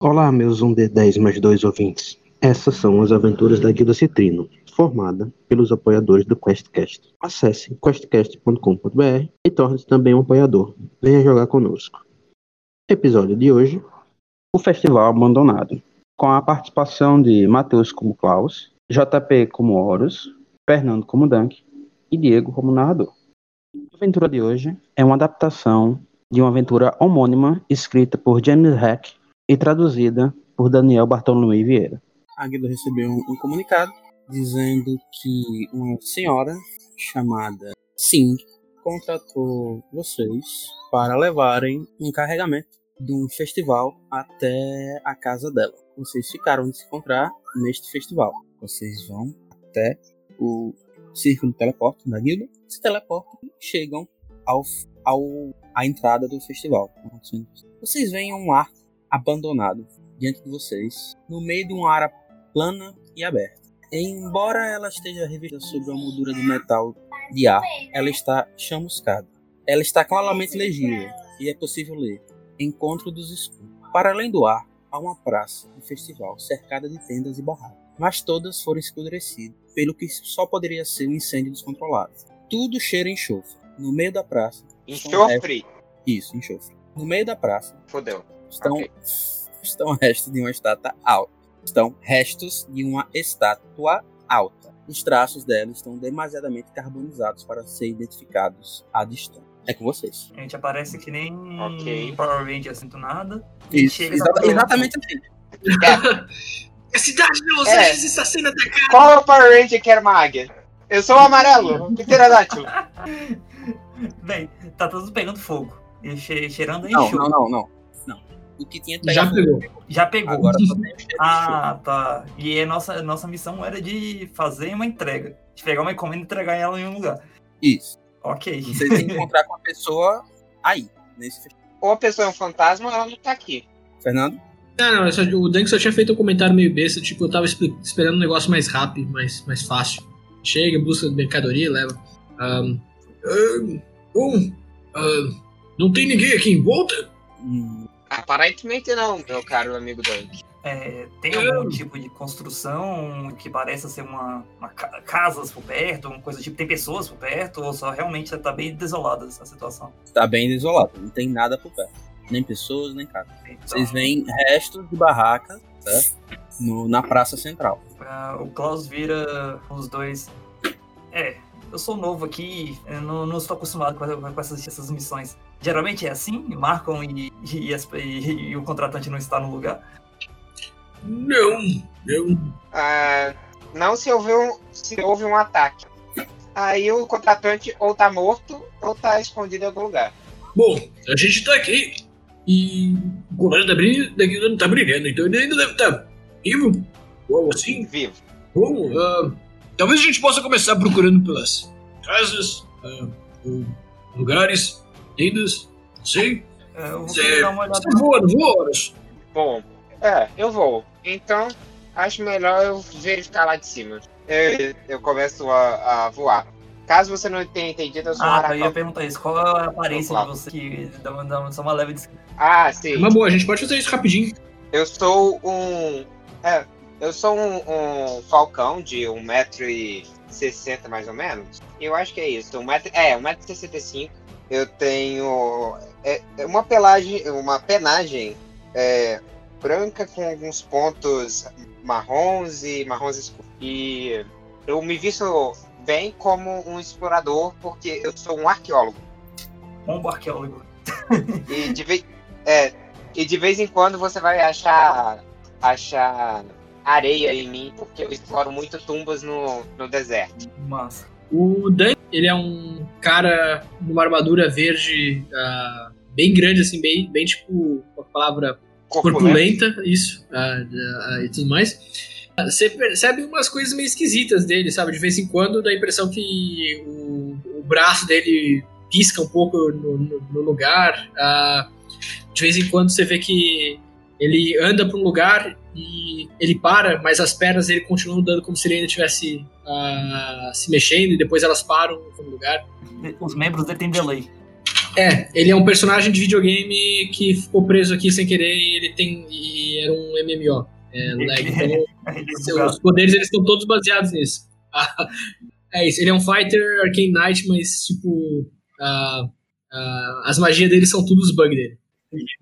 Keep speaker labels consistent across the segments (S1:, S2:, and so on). S1: Olá, meus 1 de 10 mais 2 ouvintes. Essas são as aventuras da Guilda Citrino, formada pelos apoiadores do QuestCast. Acesse questcast.com.br e torne-se também um apoiador. Venha jogar conosco. Episódio de hoje: O Festival Abandonado, com a participação de Matheus como Klaus, JP como Horus, Fernando como Dunk e Diego como narrador. A aventura de hoje é uma adaptação de uma aventura homônima escrita por James Heck e traduzida por Daniel Bartolomeu Vieira.
S2: a guilda recebeu um, um comunicado dizendo que uma senhora chamada Sim contratou vocês para levarem um carregamento de um festival até a casa dela. Vocês ficaram de se encontrar neste festival. Vocês vão até o círculo de teleporte da guilda, se teleportam e chegam ao, ao, à entrada do festival. Vocês veem um arco abandonado diante de vocês, no meio de uma área plana e aberta. Embora ela esteja revestida sobre uma moldura de metal de ar, ela está chamuscada. Ela está claramente legível e é possível ler. Encontro dos escuros. Para além do ar, há uma praça, um festival, cercada de tendas e barracas. Mas todas foram escurecidas, pelo que só poderia ser um incêndio descontrolado. Tudo cheira a enxofre. No meio da praça,
S1: É.
S3: Enxofre.
S2: isso, enxofre. No meio da praça,
S3: Fodeu.
S2: estão,
S3: Ok.
S2: estão restos de uma estátua alta. Estão restos de uma estátua alta. Os traços dela estão demasiadamente carbonizados para serem identificados à distância. É com vocês.
S4: A gente aparece que nem
S3: Ok.
S4: Power Ranger assim do nada. Chega
S2: Exata-
S4: na-
S2: exatamente assim.
S5: A cidade de Los
S3: É.
S5: Angeles tá- está sendo atacada.
S3: Qual é o Power Ranger que era uma águia? Eu sou o amarelo, o pterodáctilo.
S4: Véi, tá todo pegando fogo. E che- cheirando a
S2: Não,
S4: enxofre.
S2: não, não, não. Não. O que tinha
S5: Já
S2: pegado
S5: pegou.
S4: Já pegou. Uhum.
S2: agora só tem o cheiro de enxofre.
S4: Ah, tá. E a nossa, nossa missão era de fazer uma entrega. De pegar uma encomenda e entregar ela em um lugar.
S2: Isso.
S4: Ok.
S2: Vocês têm que encontrar com a pessoa aí, nesse festival.
S3: Ou a pessoa é um fantasma ou ela não tá aqui.
S2: Fernando?
S5: Não, não, eu só- o Dank só tinha feito um comentário meio besta, tipo, eu tava expli- esperando um negócio mais rápido, mais, mais fácil. Chega, busca mercadoria, leva. Ahn, ahn, bom, ahn, não tem ninguém aqui em volta?
S2: Hum,
S3: Aparentemente não, meu caro amigo Dunk.
S4: É, tem algum tipo de construção que pareça ser uma, uma ca- casas por perto, uma coisa do tipo, tem pessoas por perto, ou só realmente tá bem desolada essa situação.
S2: tá bem isolado. Não tem nada por perto. Nem pessoas, nem casa.
S4: Então,
S2: Vocês veem restos de barracas tá? No- na praça central.
S4: Ah, o Klaus vira os dois. É, eu sou novo aqui, eu não, não estou acostumado com, com essas, essas missões. Geralmente é assim, marcam e, e, as- e- e o contratante não está no lugar.
S5: Não, não.
S3: Ah, não se houve, um, se houve um ataque. Aí o contratante ou tá morto ou tá escondido em algum lugar.
S5: Bom, a gente tá aqui e o colar da, brilha, da guilda não tá brilhando, então ele ainda deve estar vivo ou algo assim.
S3: Vivo.
S5: Bom, ah, talvez a gente possa começar procurando pelas casas, ah, ou lugares, tendas, não sei.
S4: É, Eu vou
S5: Sim.
S4: querer dar uma olhada.
S5: Você voa, não voa, Horus?
S3: Bom, é, eu vou. Então, acho melhor eu verificar lá de cima. Eu, eu começo a, a voar. Caso você não tenha entendido, eu sou um
S4: Ah, tá, eu
S3: aracão.
S4: ia perguntar isso. Qual é a aparência
S3: Claro.
S4: de você que dá, uma- dá uma- só uma leve descrição?
S3: Ah, sim.
S5: Mas boa, a gente pode fazer isso rapidinho.
S3: Eu sou um. É, eu sou um, um falcão de 1,60m mais ou menos. Eu acho que é isso. Um metro, é, 1,65m. Eu tenho é, é uma pelagem, uma penagem é, branca com alguns pontos marrons e marrons escuros. E eu me visto bem como um explorador, porque eu sou um arqueólogo.
S4: Bombo arqueólogo.
S3: E de, ve- é, e de vez em quando você vai achar, achar areia em mim, porque eu exploro muito tumbas no, no deserto.
S4: Massa.
S5: O Dan, ele é um cara numa armadura verde ah, bem grande, assim, bem, bem tipo, com a palavra
S3: né?
S5: corpulenta, isso, ah, ah, e tudo mais. Ah, Você percebe umas coisas meio esquisitas dele, sabe? De vez em quando dá a impressão que o, o braço dele pisca um pouco no, no- no lugar. ah, de vez em quando você vê que ele anda para um lugar e ele para, mas as pernas ele continua andando como se ele ainda estivesse ah, se mexendo e depois elas param no lugar.
S4: Os membros dele têm delay.
S5: É, ele é um personagem de videogame que ficou preso aqui sem querer e ele tem. E era um MMO. É, né, então, seu- os poderes eles estão todos baseados nisso. é isso, ele é um fighter Arcane Knight, mas tipo. ah, ah, as magias dele são tudo os bugs dele.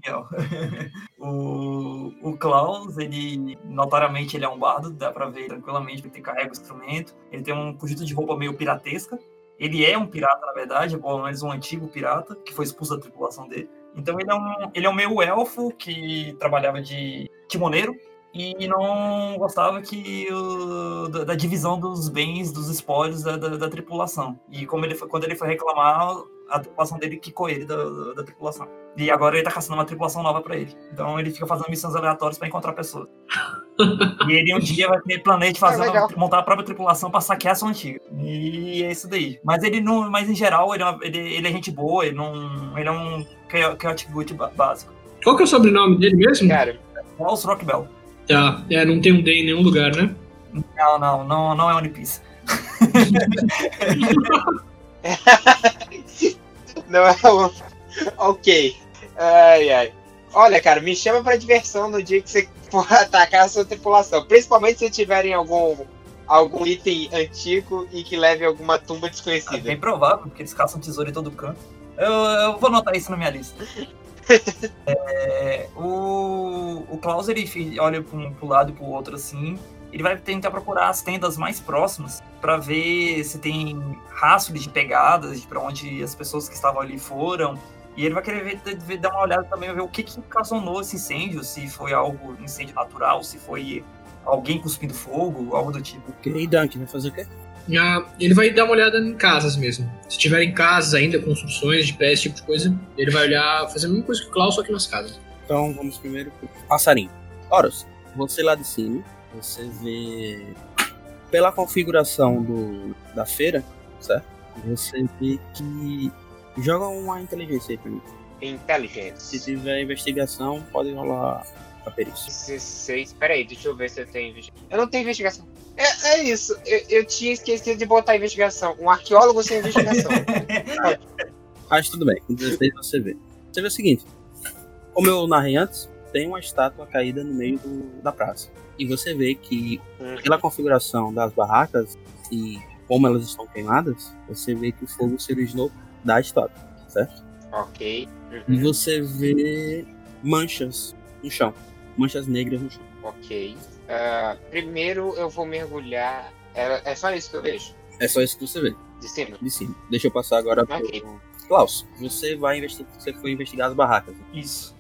S4: Genial. o, o Klaus, ele notoriamente ele é um bardo, dá pra ver tranquilamente que ele carrega o instrumento. Ele tem um conjunto de roupa meio piratesca. Ele é um pirata, na verdade, ou pelo menos um antigo pirata, que foi expulso da tripulação dele. Então ele é um, ele é um meio elfo que trabalhava de timoneiro e não gostava que o- da, da divisão dos bens, dos espólios da, da- da tripulação. E como ele foi, quando ele foi reclamar, a tripulação dele quicou ele da- da- da tripulação. E agora ele tá caçando uma tripulação nova pra ele. Então ele fica fazendo missões aleatórias pra encontrar pessoas. e ele um dia vai ter planeja de fazer
S3: É legal.
S4: uma- montar a própria tripulação pra saquear a sua antiga. E é isso daí. Mas ele não, mas em geral ele é, uma- ele, ele é gente boa, ele não, ele é um cha- chaotic good ba- básico.
S5: Qual que é o sobrenome dele mesmo?
S3: Cara,
S4: Klaus Rockbell.
S5: Tá, é, não tem um D em nenhum lugar, né?
S4: Não, não, não, não é One Piece.
S3: não é o. ok. Ai, ai. Olha, cara, me chama pra diversão no dia que você for atacar a sua tripulação. Principalmente se tiverem algum, algum item antigo e que leve alguma tumba
S4: É
S3: desconhecida.
S4: bem provável, porque eles caçam tesouro em todo canto. Eu, eu vou anotar isso na minha lista. É, o, o Klaus ele fi- olha para um pro lado e pro outro assim. Ele vai tentar procurar as tendas mais próximas para ver se tem rastros de pegadas, de para onde as pessoas que estavam ali foram. E ele vai querer ver- ver- dar uma olhada também, ver o que, que ocasionou esse incêndio, se foi algo um incêndio natural, se foi alguém cuspindo fogo, algo do tipo.
S2: E Dunk vai fazer o quê?
S5: Ah, ele vai dar uma olhada em casas mesmo. Se tiver em casas ainda, construções de pé, esse tipo de coisa, ele vai olhar, fazer a mesma coisa que o Klaus, só que nas casas.
S2: Então vamos primeiro pro passarinho. Horus, você lá de cima, você vê. Pela configuração do, da feira, certo? Você vê que. Joga uma inteligência aí pra mim. Se
S3: Inteligência.
S2: tiver investigação, pode rolar a perícia.
S3: 16. Peraí, deixa eu ver se eu tenho investigação. Eu não tenho investigação. É, é isso. Eu, eu tinha esquecido de botar investigação. Um arqueólogo sem investigação.
S2: Mas tudo bem, com 16 você vê. Você vê o seguinte: como eu narrei antes, tem uma estátua caída no meio do- da praça. E você vê que,
S3: Hum.
S2: pela configuração das barracas e como elas estão queimadas, você vê que o fogo se originou da estátua, certo?
S3: ok.
S2: E
S3: Uhum,
S2: você vê manchas no chão manchas negras no chão.
S3: ok. Ah, primeiro eu vou mergulhar. É, é só isso que eu vejo?
S2: É só isso que você vê
S3: De cima?
S2: de cima. Deixa eu passar agora pro
S3: Ok.
S2: Klaus. Você vai investigar, você foi investigar as barracas.
S4: Isso.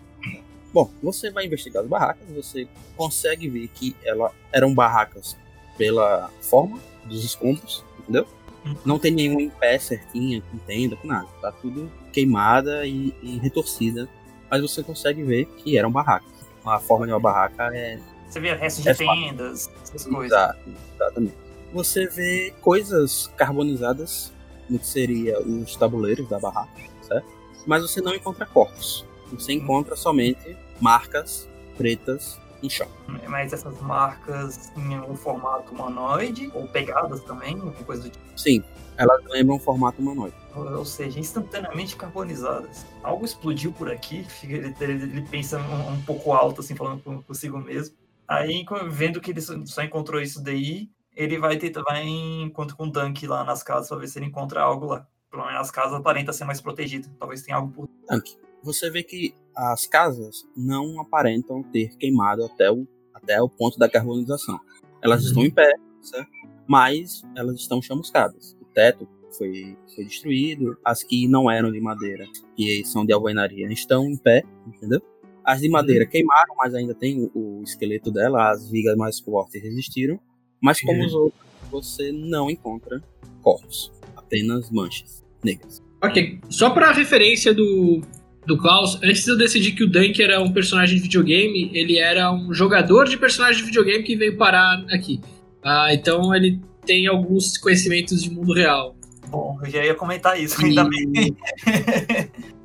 S2: Bom, você vai investigar as barracas, você consegue ver que ela eram barracas pela forma dos escombros, entendeu?
S4: Uhum.
S2: Não tem nenhum em pé certinha, com tenda, com nada. Tá tudo queimada e, e retorcida. Mas você consegue ver que eram barracas. A forma de uma barraca é.
S4: Você vê restos de
S2: É fato.
S4: tendas, essas coisas.
S2: Exato, exatamente. Você vê coisas carbonizadas no que seria os tabuleiros da barraca, certo? Mas você não encontra corpos. Você encontra somente marcas pretas no chão.
S4: Mas essas marcas em um formato humanoide, ou pegadas também, alguma coisa do tipo.
S2: Sim, elas lembram um formato humanoide.
S4: Ou seja, instantaneamente carbonizadas. Algo explodiu por aqui, fica- ele, ele- ele pensa um, um pouco alto, assim, falando com- consigo mesmo. Aí, co- vendo que ele só só encontrou isso daí, ele vai tentar, vai em encontro com o Dunk lá nas casas, pra ver se ele encontra algo lá. Pelo menos as casas aparenta ser mais protegidas. Talvez tenha algo por.
S2: Tanque. Você vê que as casas não aparentam ter queimado até o, até o ponto da carbonização. Elas
S4: Uhum.
S2: estão em pé, certo? mas elas estão chamuscadas. O teto foi, foi destruído, as que não eram de madeira, que são de alvenaria, estão em pé, entendeu? As de madeira
S4: Uhum.
S2: queimaram, mas ainda tem o, o esqueleto dela, as vigas mais fortes resistiram. Mas como
S4: Uhum.
S2: os outros, você não encontra corpos, apenas manchas negras.
S5: Ok, só pra referência do, do Klaus, antes de eu decidir que o Dunk era um personagem de videogame, ele era um jogador de personagem de videogame que veio parar aqui. Ah, então ele tem alguns conhecimentos de mundo real.
S4: Bom, eu já ia comentar isso, ainda bem.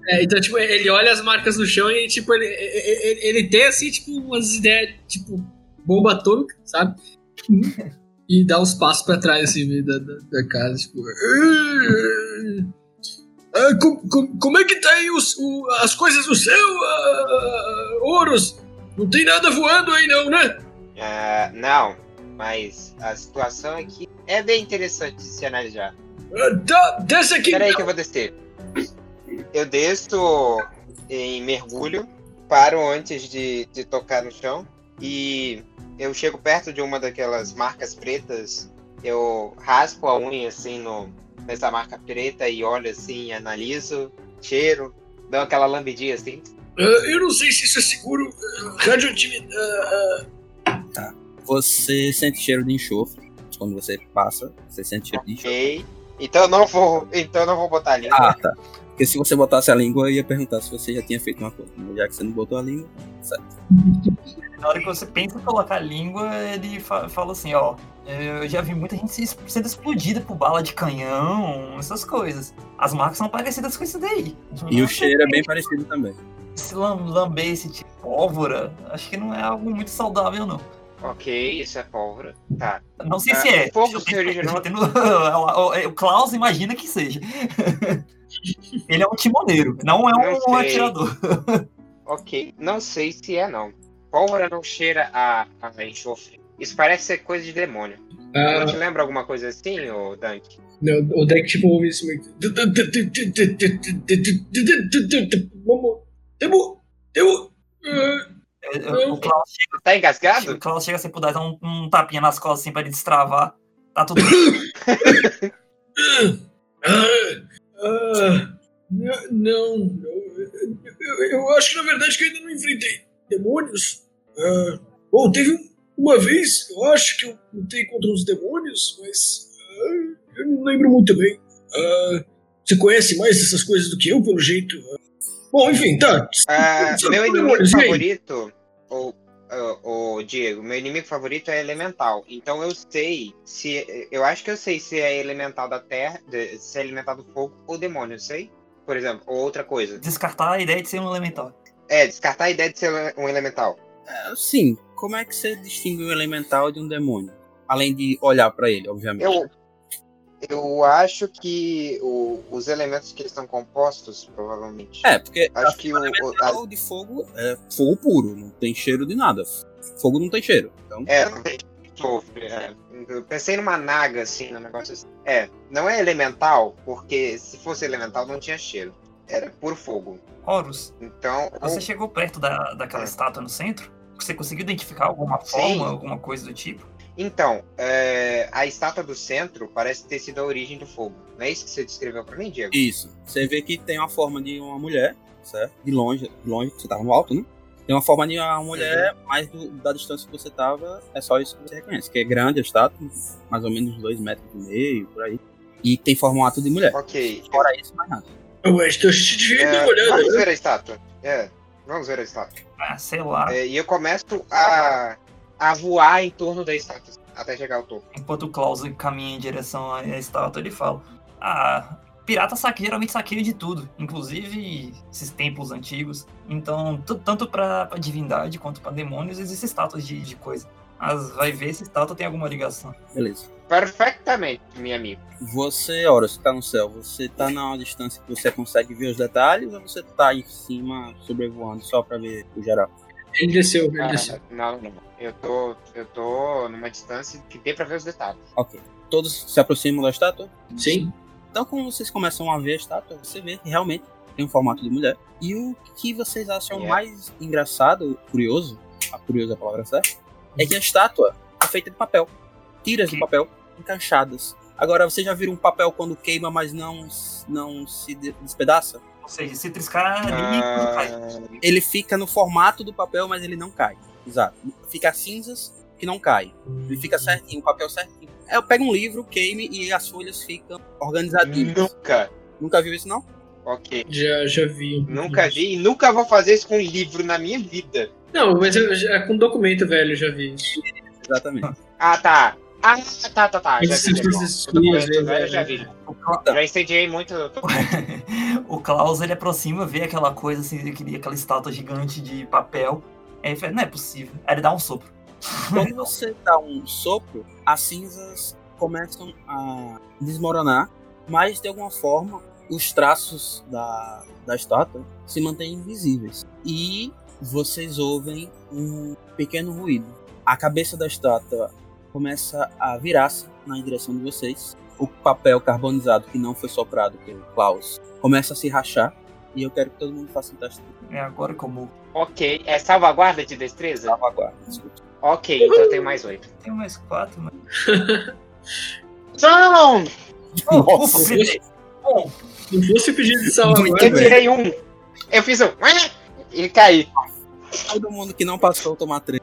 S5: É, então, tipo, ele olha as marcas no chão e, tipo, ele, ele, ele tem, assim, tipo, umas ideias, tipo, bomba atômica, sabe? E dá uns passos pra trás, assim, meio da, da, da casa, tipo... "Ah". Ah, com- com- como é que tá aí os- o- as coisas do céu, ah, Horus? Não tem nada voando aí não, né?
S3: Ah, não, mas a situação aqui é bem interessante de se analisar.
S5: Ah, tá, desce aqui.
S3: Peraí que eu vou descer. Eu desço em mergulho, paro antes de, de tocar no chão e eu chego perto de uma daquelas marcas pretas. Eu raspo a unha assim no, nessa marca preta e olho assim, analiso, cheiro, dou aquela lambidinha assim.
S5: Ah, eu não sei se isso é seguro. Ah, Radioatividade. ah,
S2: Você sente cheiro de enxofre. Quando você passa, você sente cheiro de enxofre.
S3: Ok. Então eu não vou, então eu não vou botar ali.
S2: Ah, tá. Porque se você botasse a língua, eu ia perguntar se você já tinha feito uma coisa. Mas Já que você não botou a língua,
S4: Na hora que você pensa em colocar a língua, ele fa- fala assim, ó. Eu já vi muita gente se es- sendo explodida por bala de canhão, essas coisas. As marcas são parecidas com isso daí. Tipo,
S2: E
S3: Uhum.
S4: Não
S2: o cheiro é
S4: sei
S2: bem parecido também.
S4: Se lam- lamber esse tipo de pólvora, acho que não é algo muito saudável, não.
S3: Ok, isso é pólvora. Tá.
S4: Não sei
S3: Ah,
S4: se é.
S3: um pouco
S4: Eu
S3: se
S4: tenho-
S3: originou-
S4: eu tenho- É o Klaus imagina que seja. Ele é um timoneiro, não é
S3: Eu
S4: um
S3: sei.
S4: atirador.
S3: Ok, não sei se é não. Pólvora não cheira a, a enxofre. Isso parece ser coisa de demônio.
S5: Ah.
S3: Não te lembra alguma coisa assim, ô Dunk?
S5: Não, o Drake tipo ouve isso muito. Vamos. Temos. Temos. ah,
S4: É, O Klaus
S3: Tá engasgado?
S4: O Klaus chega assim pro dar um, um tapinha nas costas assim pra ele destravar. Tá tudo.
S5: ah, ah, n- Não. não, Eu, eu acho que na verdade que eu ainda não enfrentei demônios. Ah, bom, teve um- uma vez, eu acho que eu lutei contra uns demônios, mas. ah, eu não lembro muito bem. Ah, você conhece mais essas coisas do que eu, pelo jeito? Ah, Bom, enfim, tá.
S3: Ah,
S5: Só
S3: meu
S5: por
S3: inimigo
S5: demônios, e aí?
S3: favorito, o, o, o Diego, meu inimigo favorito é elemental. Então eu sei se. Eu acho que eu sei se é elemental da terra, de- se é elemental do fogo ou demônio, eu sei? Por exemplo, ou outra coisa.
S4: Descartar a ideia de ser um elemental.
S3: É, descartar a ideia de ser um elemental.
S2: É, Sim, como é que você distingue um elemental de um demônio? Além de olhar pra ele, obviamente.
S3: Eu, eu acho que o- os elementos que eles estão compostos, provavelmente.
S2: É, porque
S3: Acho que o. o- a-
S2: elemental de fogo é fogo puro, não tem cheiro de nada. Fogo não tem cheiro. Então,
S3: é, não tem enxofre, é. Eu pensei numa naga, assim, num negócio assim. É, não é elemental, porque se fosse elemental não tinha cheiro. Era puro fogo.
S4: Horus,
S3: Então.
S4: você
S3: o-
S4: chegou perto da, daquela
S3: É.
S4: estátua no centro? Você conseguiu identificar alguma
S3: Sim.
S4: forma, alguma coisa do tipo?
S3: Então, é, a estátua do centro parece ter sido a origem do fogo. Não é isso que você descreveu pra mim, Diego?
S2: isso. Você vê que tem uma forma de uma mulher, certo? De longe, de longe, que você tava no alto, né? Tem uma forma de uma mulher, mas do- da distância que você tava, é só isso que você reconhece. Que é grande a estátua, mais ou menos dois metros e meio, por aí. E tem formato de mulher.
S3: Ok.
S2: Fora isso, mais nada.
S5: Mas eu te devia
S3: É,
S5: dar uma olhada.
S3: vamos ver a estátua. É, vamos ver a estátua.
S4: Ah, sei lá.
S3: É, e eu começo a, a voar em torno da estátua até chegar ao topo.
S4: Enquanto o Klaus caminha em direção à à estátua, ele fala: Ah, pirata saque, geralmente saqueia de tudo, inclusive esses templos antigos. Então, t- tanto pra, pra divindade quanto pra demônios, existem estátuas de, de coisa. Mas vai ver se estátua tem alguma ligação.
S2: Beleza.
S3: Perfeitamente, meu amigo.
S2: Você, ora, você tá no céu, você tá na distância que você consegue ver os detalhes ou você tá em cima sobrevoando só pra ver o geral?
S5: Ele desceu, ele
S3: Ah,
S5: desceu.
S3: não, não. Eu tô, eu tô numa distância que dê pra ver os detalhes.
S2: Ok. Todos se aproximam da estátua?
S5: Sim.
S2: Então, quando vocês começam a ver a estátua, você vê que realmente tem um formato de mulher. E o que vocês acham
S3: Yeah.
S2: mais engraçado, curioso, a curiosa é a palavra certa, é que a estátua é feita de papel. Tiras de
S4: Ok.
S2: papel encaixadas. Agora, vocês já viram um papel quando queima, mas não, não se de- despedaça?
S4: Ou seja, se triscar ali, cai.
S3: Ah,
S2: ele fica no formato do papel, mas ele não cai. Exato. Fica cinzas que não cai. Ele fica certinho, o papel certinho. Aí eu pego um livro, queime e as folhas ficam organizadinhas.
S3: Uhum. nunca.
S2: Nunca viu isso, não?
S3: Ok.
S5: Já, já vi.
S3: Nunca vi e nunca vou fazer isso com um livro na minha vida.
S5: Não, mas eu, já- é com documento velho, eu já vi.
S2: Exatamente.
S3: Ah, tá. Ah, tá, tá, tá.
S5: Mas
S3: Já
S5: se
S3: vi, já vi.
S5: vocês
S3: Eu tô com
S5: forem
S3: isso,
S5: ver,
S3: né? Eu já vi.
S4: O Cla-
S2: Tá. Então,
S3: Já incendiei muito.
S4: o Klaus ele aproxima, vê aquela coisa assim, ele queria aquela estátua gigante de papel. Aí ele fala, não é possível. Aí ele dá um sopro.
S2: Quando você dá um sopro, as cinzas começam a desmoronar, mas de alguma forma os traços da, da estátua se mantêm invisíveis. E vocês ouvem um pequeno ruído. A cabeça da estátua começa a virar-se na direção de vocês. O papel carbonizado que não foi soprado pelo Klaus começa a se rachar. E eu quero que todo mundo faça um teste de
S4: É agora que eu morro.
S3: Ok. É salvaguarda de destreza?
S2: salvaguarda. desculpa.
S3: Ok, então eu tenho mais oito.
S4: Tem mais quatro, mano.
S3: Não!
S5: Nossa. Não fosse pedido de salva agora,
S3: Eu
S5: velho.
S3: tirei um. Eu fiz um. E caí.
S2: Todo mundo que não passou tomar três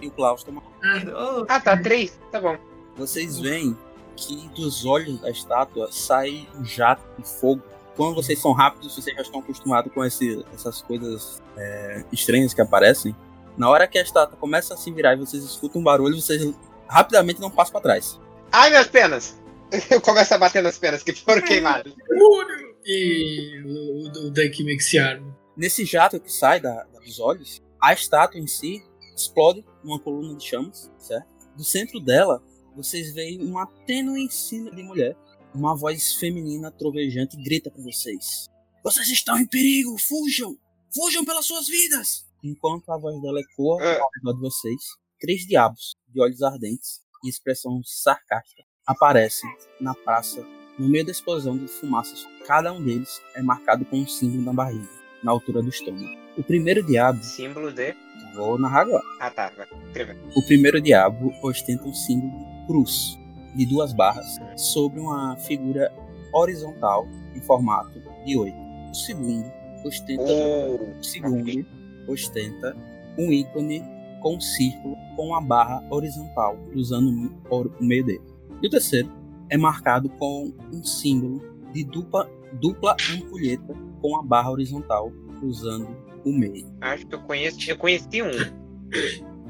S2: e o Klaus toma
S4: Oh,
S3: Ah, tá. Três. Tá bom.
S2: Vocês veem que dos olhos da estátua sai um jato de fogo. Quando vocês são rápidos, vocês já estão acostumados com esse- essas coisas é, estranhas que aparecem. Na hora que a estátua começa a se virar e vocês escutam um barulho, vocês rapidamente não passam pra trás.
S3: Ai, minhas penas. Eu começo a bater nas penas que foram queimadas.
S5: Olho! E o, o, o Dunk meio que se arma.
S2: Nesse jato que sai da- da- dos olhos, a estátua em si explode numa coluna de chamas, certo? Do centro dela, vocês veem um uma tênue ensina de mulher. Uma voz feminina trovejante grita para vocês: Vocês estão em perigo! Fujam! Fujam pelas suas vidas! Enquanto a voz dela ecoa
S3: É.
S2: ao redor de vocês, três diabos de olhos ardentes e expressão sarcástica aparecem na praça no meio da explosão de fumaças. Cada um deles é marcado com um símbolo na barriga na altura do estômago. O primeiro diabo,
S3: Símbolo de.
S2: vou narrar agora.
S3: Ah, tá. vai. Escreva.
S2: O primeiro diabo ostenta um símbolo de cruz de duas barras sobre uma figura horizontal em formato de oito. O segundo ostenta
S3: Uh,
S2: o segundo ostenta um ícone com um círculo com uma barra horizontal cruzando o- o meio dele. E o terceiro é marcado com um símbolo de dupla dupla ampulheta com a barra horizontal cruzando o meio.
S3: acho que eu conheço. Eu conheci um.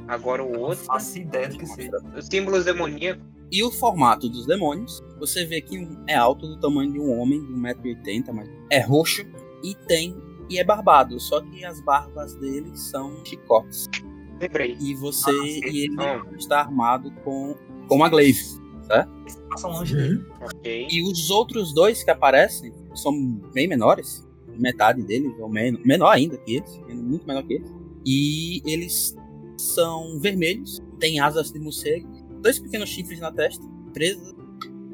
S3: Agora o
S4: não
S3: outro.
S4: faço ideia É do que seja.
S3: Os símbolos demoníacos.
S2: E o formato dos demônios, você vê que um é alto do tamanho de um homem, de 1,80m, mas é roxo e tem e é barbado, só que as barbas dele são chicotes.
S3: Lembrei.
S2: E você
S4: Ah, sim.
S2: e ele
S3: Hum.
S2: está armado com com uma glaive.
S4: Passam longe dele.
S5: Uhum.
S3: Ok.
S2: E os outros dois que aparecem são bem menores, metade deles, ou menos, menor ainda que eles, muito menor que eles. E eles são vermelhos, têm asas de morcego, dois pequenos chifres na testa, presas,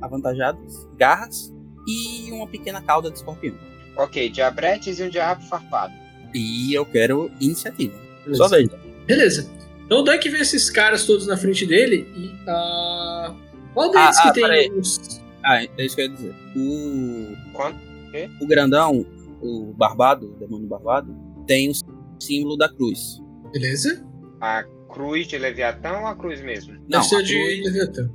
S2: avantajadas, garras e uma pequena cauda de escorpião.
S3: Ok, diabretes e um diabo farpado.
S2: E eu quero iniciativa. Só vez.
S5: Beleza. Então o Dunk vê esses caras todos na frente dele e. ah, Qual deles
S2: Ah,
S5: que
S2: ah, peraí.
S5: tem os.
S2: Ah, é isso que eu ia dizer. O.
S3: Quanto? Quê?
S2: O grandão, o barbado, o demônio barbado, tem o símbolo da cruz.
S5: Beleza?
S3: A cruz de Leviatã ou a cruz mesmo?
S2: Não,
S5: Deve ser
S2: a
S5: é de
S2: cruz-
S5: Leviatã.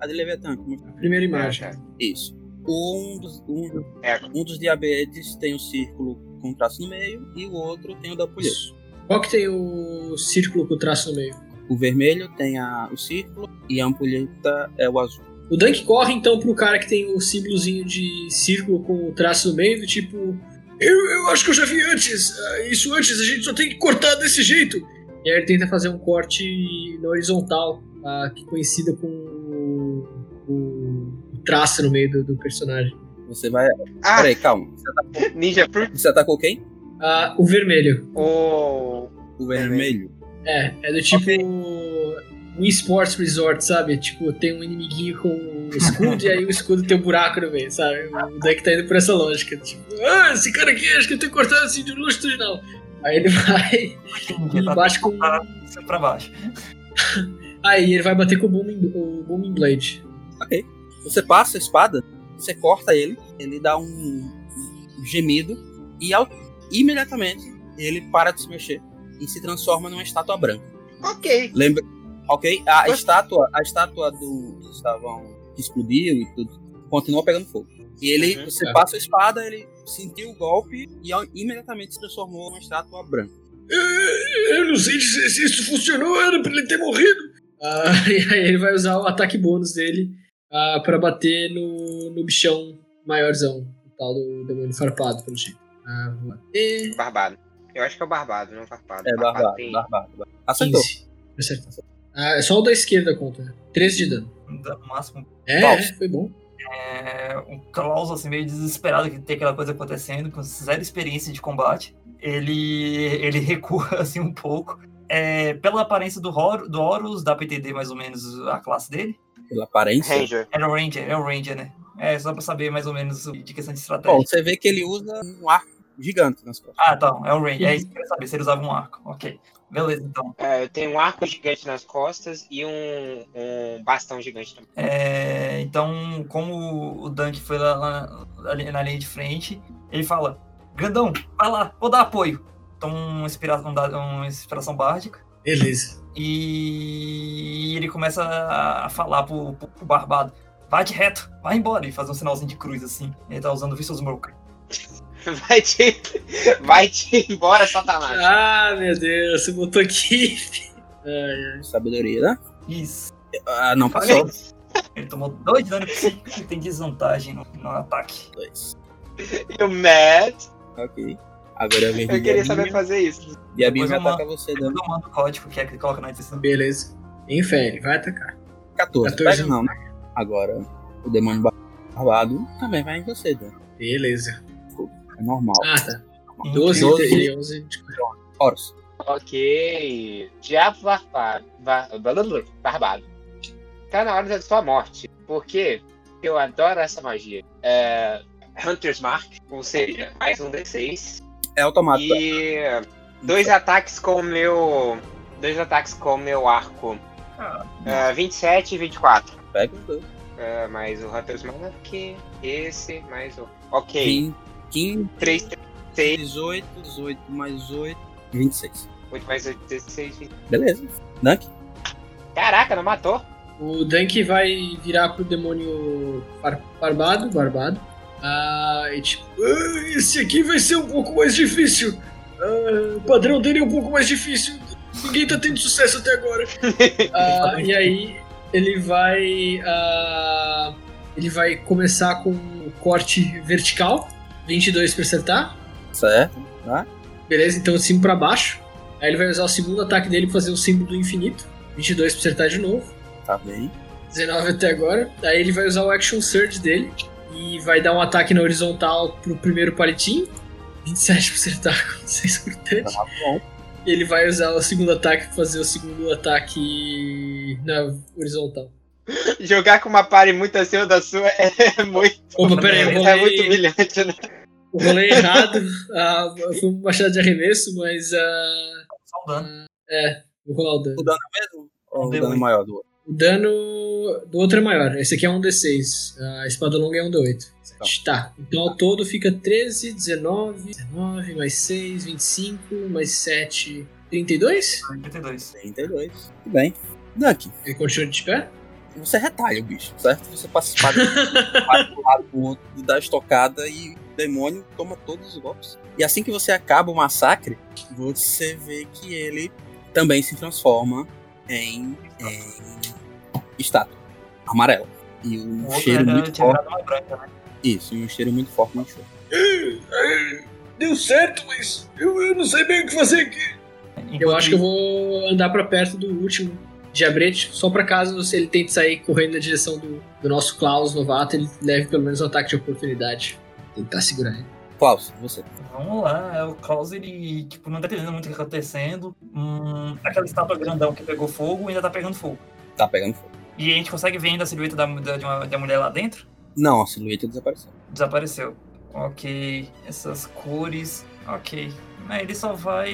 S2: a de Leviatã, como
S5: Primeira imagem.
S3: Ah, tá.
S2: Isso. Um dos, um,
S3: É,
S2: um dos diabetes tem o círculo com um traço no meio e o outro tem o da pulheira.
S5: Isso.
S3: é.
S5: Qual que tem o círculo com o traço no meio?
S2: O vermelho tem a, o círculo e a ampulheta é o azul.
S5: O Dunk corre então pro cara que tem o símbolozinho de círculo com o traço no meio, do tipo. Eu, eu acho que eu já vi antes. ah, Isso antes, a gente só tem que cortar desse jeito. E aí ele tenta fazer um corte na horizontal, ah, que coincida com o, o traço no meio do, do personagem.
S2: Você vai.
S3: Ah!
S2: Peraí, calma. Você atacou,
S3: Ninja Fruit
S2: você atacou quem?
S5: Ah, o vermelho.
S3: ou.
S2: O vermelho.
S5: É, é do tipo. Um esports resort, sabe? Tipo, tem um inimiguinho com um escudo e aí o escudo tem um buraco no meio, sabe? O deck tá indo por essa lógica. Tipo, ah, esse cara aqui acho que eu tenho que cortar assim de longitudinal. Aí ele vai e
S4: Tá
S5: bate com.
S4: sempre pra baixo.
S5: Aí ele vai bater com o Booming, o booming Blade.
S2: Você passa a espada, você corta ele, ele dá um gemido e ao- imediatamente ele para de se mexer e se transforma numa estátua branca.
S3: Ok.
S2: Lembra? Ok? A
S3: Mas-
S2: estátua, a estátua do que estavam que explodiu e tudo, continuou pegando fogo. E ele,
S3: Uhum,
S2: você
S5: cara.
S2: passa a espada, ele sentiu o golpe e ao- imediatamente se transformou numa estátua branca.
S5: Eu não sei se, se isso funcionou, era pra ele ter morrido. Ah, e aí ele vai usar o ataque bônus dele ah, pra bater no, no bichão maiorzão, o tal do demônio farpado, pelo jeito. Ah, vamos lá. E
S3: Barbado. Eu acho que é o barbado, não farpado.
S2: É,
S3: Farpado
S2: barbado,
S3: tem-
S2: barbado. barbado. Acertou.
S5: 15. Acertou. Ah, é só o da esquerda conta, né? 13 de dano.
S4: Dá o máximo.
S5: É,
S2: Falso.
S5: é, foi bom.
S4: É, um Klaus, assim, meio desesperado que tem aquela coisa acontecendo, com zero experiência de combate. Ele, ele recua, assim, um pouco. É, pela aparência do, Hor do Horus, dá pra entender mais ou menos a classe dele.
S2: Pela aparência.
S3: Ranger.
S4: Era um Ranger, é um Ranger, né? É, só pra saber mais ou menos de questão de estratégia.
S2: Bom, você vê que ele usa um arco gigante nas costas.
S4: Ah, então, é um Ranger. É isso que eu queria saber, se ele usava um arco. Ok. Beleza, então.
S3: É, eu tenho um arco gigante nas costas e um, um bastão gigante também.
S4: É, então, como o Dunk foi lá, lá- ali- na linha de frente, ele fala: Grandão, vai lá, vou dar apoio. Então, uma inspiração, um da- uma inspiração bárdica.
S5: Beleza.
S4: E ele começa a falar pro, pro- pro barbado: Vai de reto, vai embora. E faz um sinalzinho de cruz assim. Ele tá usando o Vicious Smoke.
S3: Vai te. Vai te embora, Satanás.
S5: Ah, meu Deus, você botou aqui.
S2: Sabedoria, né?
S4: Isso.
S2: Ah, não passou.
S4: Ele tomou dois danos psíquicos e tem desvantagem no, no ataque.
S2: Dois.
S3: E o Matt.
S2: Ok. Agora vem
S3: Eu queria saber fazer isso.
S2: E a Bim vai
S4: Depois eu
S2: atacar você
S4: Depois
S2: dando
S4: eu mando o código que é que coloca na descrição.
S5: Beleza. Inferno, vai atacar.
S2: 14.
S5: 14.
S2: Pega não, né? Agora o demônio barbado também vai em você, Dan.
S5: Beleza.
S2: É normal.
S5: Ah, tá.
S4: Em
S5: 12
S2: 12.
S5: e 11. de-
S2: Horus.
S3: Ok. Diabo barbado. Ba- blablabla, Barbado. Tá na hora da sua morte. Porque eu adoro essa magia. É. Hunter's Mark, ou seja, mais um D6.
S2: É automático.
S3: E dois ataques com o meu. Dois ataques com o meu arco.
S4: Ah.
S3: É, 27 e 24.
S2: Pega os dois.
S3: É, mais o Hunter's Mark. Esse, mais o. Ok.
S2: Quin- 15,
S3: 3, 6,
S2: 18, 18 mais 8, 26.
S3: 8 mais 8, 16, 20.
S2: Beleza. Dunk.
S3: Caraca, não matou?
S5: O Dunk vai virar pro demônio bar- barbado, barbado. Ah, e tipo, "Ah, esse aqui vai ser um pouco mais difícil. Ah, o padrão dele é um pouco mais difícil. Ninguém tá tendo sucesso até agora. Ah, e aí ele vai. ah, ele vai começar com o corte vertical. 22 pra acertar.
S2: Certo.
S5: Beleza, então 5 pra baixo. Aí ele vai usar o segundo ataque dele pra fazer o símbolo do infinito. 22 pra acertar de novo.
S2: Tá bem.
S5: 19 até agora. Aí ele vai usar o Action Surge dele e vai dar um ataque na horizontal pro primeiro palitinho. 27 pra acertar com 6 cortantes.
S2: Tá bom.
S5: Ele vai usar o segundo ataque pra fazer o segundo ataque na horizontal.
S3: Jogar com uma pare muito acima da sua é muito,
S5: Opa, pera aí, eu
S3: é muito
S5: rolei,
S3: humilhante, né?
S5: eu rolei errado. Ah, foi uma machado de arremesso, mas ah,
S4: Só um dano.
S5: vou rolar o dano.
S2: O dano é mesmo? Ou o
S4: Deu
S2: dano
S4: oito.
S2: maior do outro?
S5: O dano do outro é maior. Esse aqui é um D6. A espada longa é um D8. Tá. Então ao todo fica 13, 19, 19, mais 6, 25, mais 7, 32.
S4: 82.
S2: 32. Tudo bem. Dunk,
S5: Ele continua de pé.
S2: você retalha o bicho, certo? Você passa espada de um lado pro outro, dá estocada e o demônio toma todos os golpes. E assim que você acaba o massacre, você vê que ele também se transforma em, em estátua amarela. E um
S4: O outro
S2: cheiro
S4: era-
S2: muito
S4: tinha
S2: forte.
S4: virado uma branca, né?
S2: Isso, e um cheiro muito forte no chão.
S5: É, Deu certo, mas eu, não sei bem o que fazer aqui. Eu acho que eu vou andar pra perto do último diabrete, só pra caso se ele tente sair correndo na direção do, do nosso Klaus novato, ele leve pelo menos um ataque de oportunidade. Tentar segurar ele.
S2: Klaus, você.
S4: Vamos lá, é, o Klaus ele tipo, não tá entendendo muito o que tá acontecendo. Hum, aquela estátua grandão que pegou fogo ainda tá pegando fogo.
S2: Tá pegando fogo.
S4: E a gente consegue ver ainda a silhueta da, da, de uma, da mulher lá dentro?
S2: Não, a silhueta desapareceu.
S4: Desapareceu. Ok, essas cores. Ok. Mas ele só vai.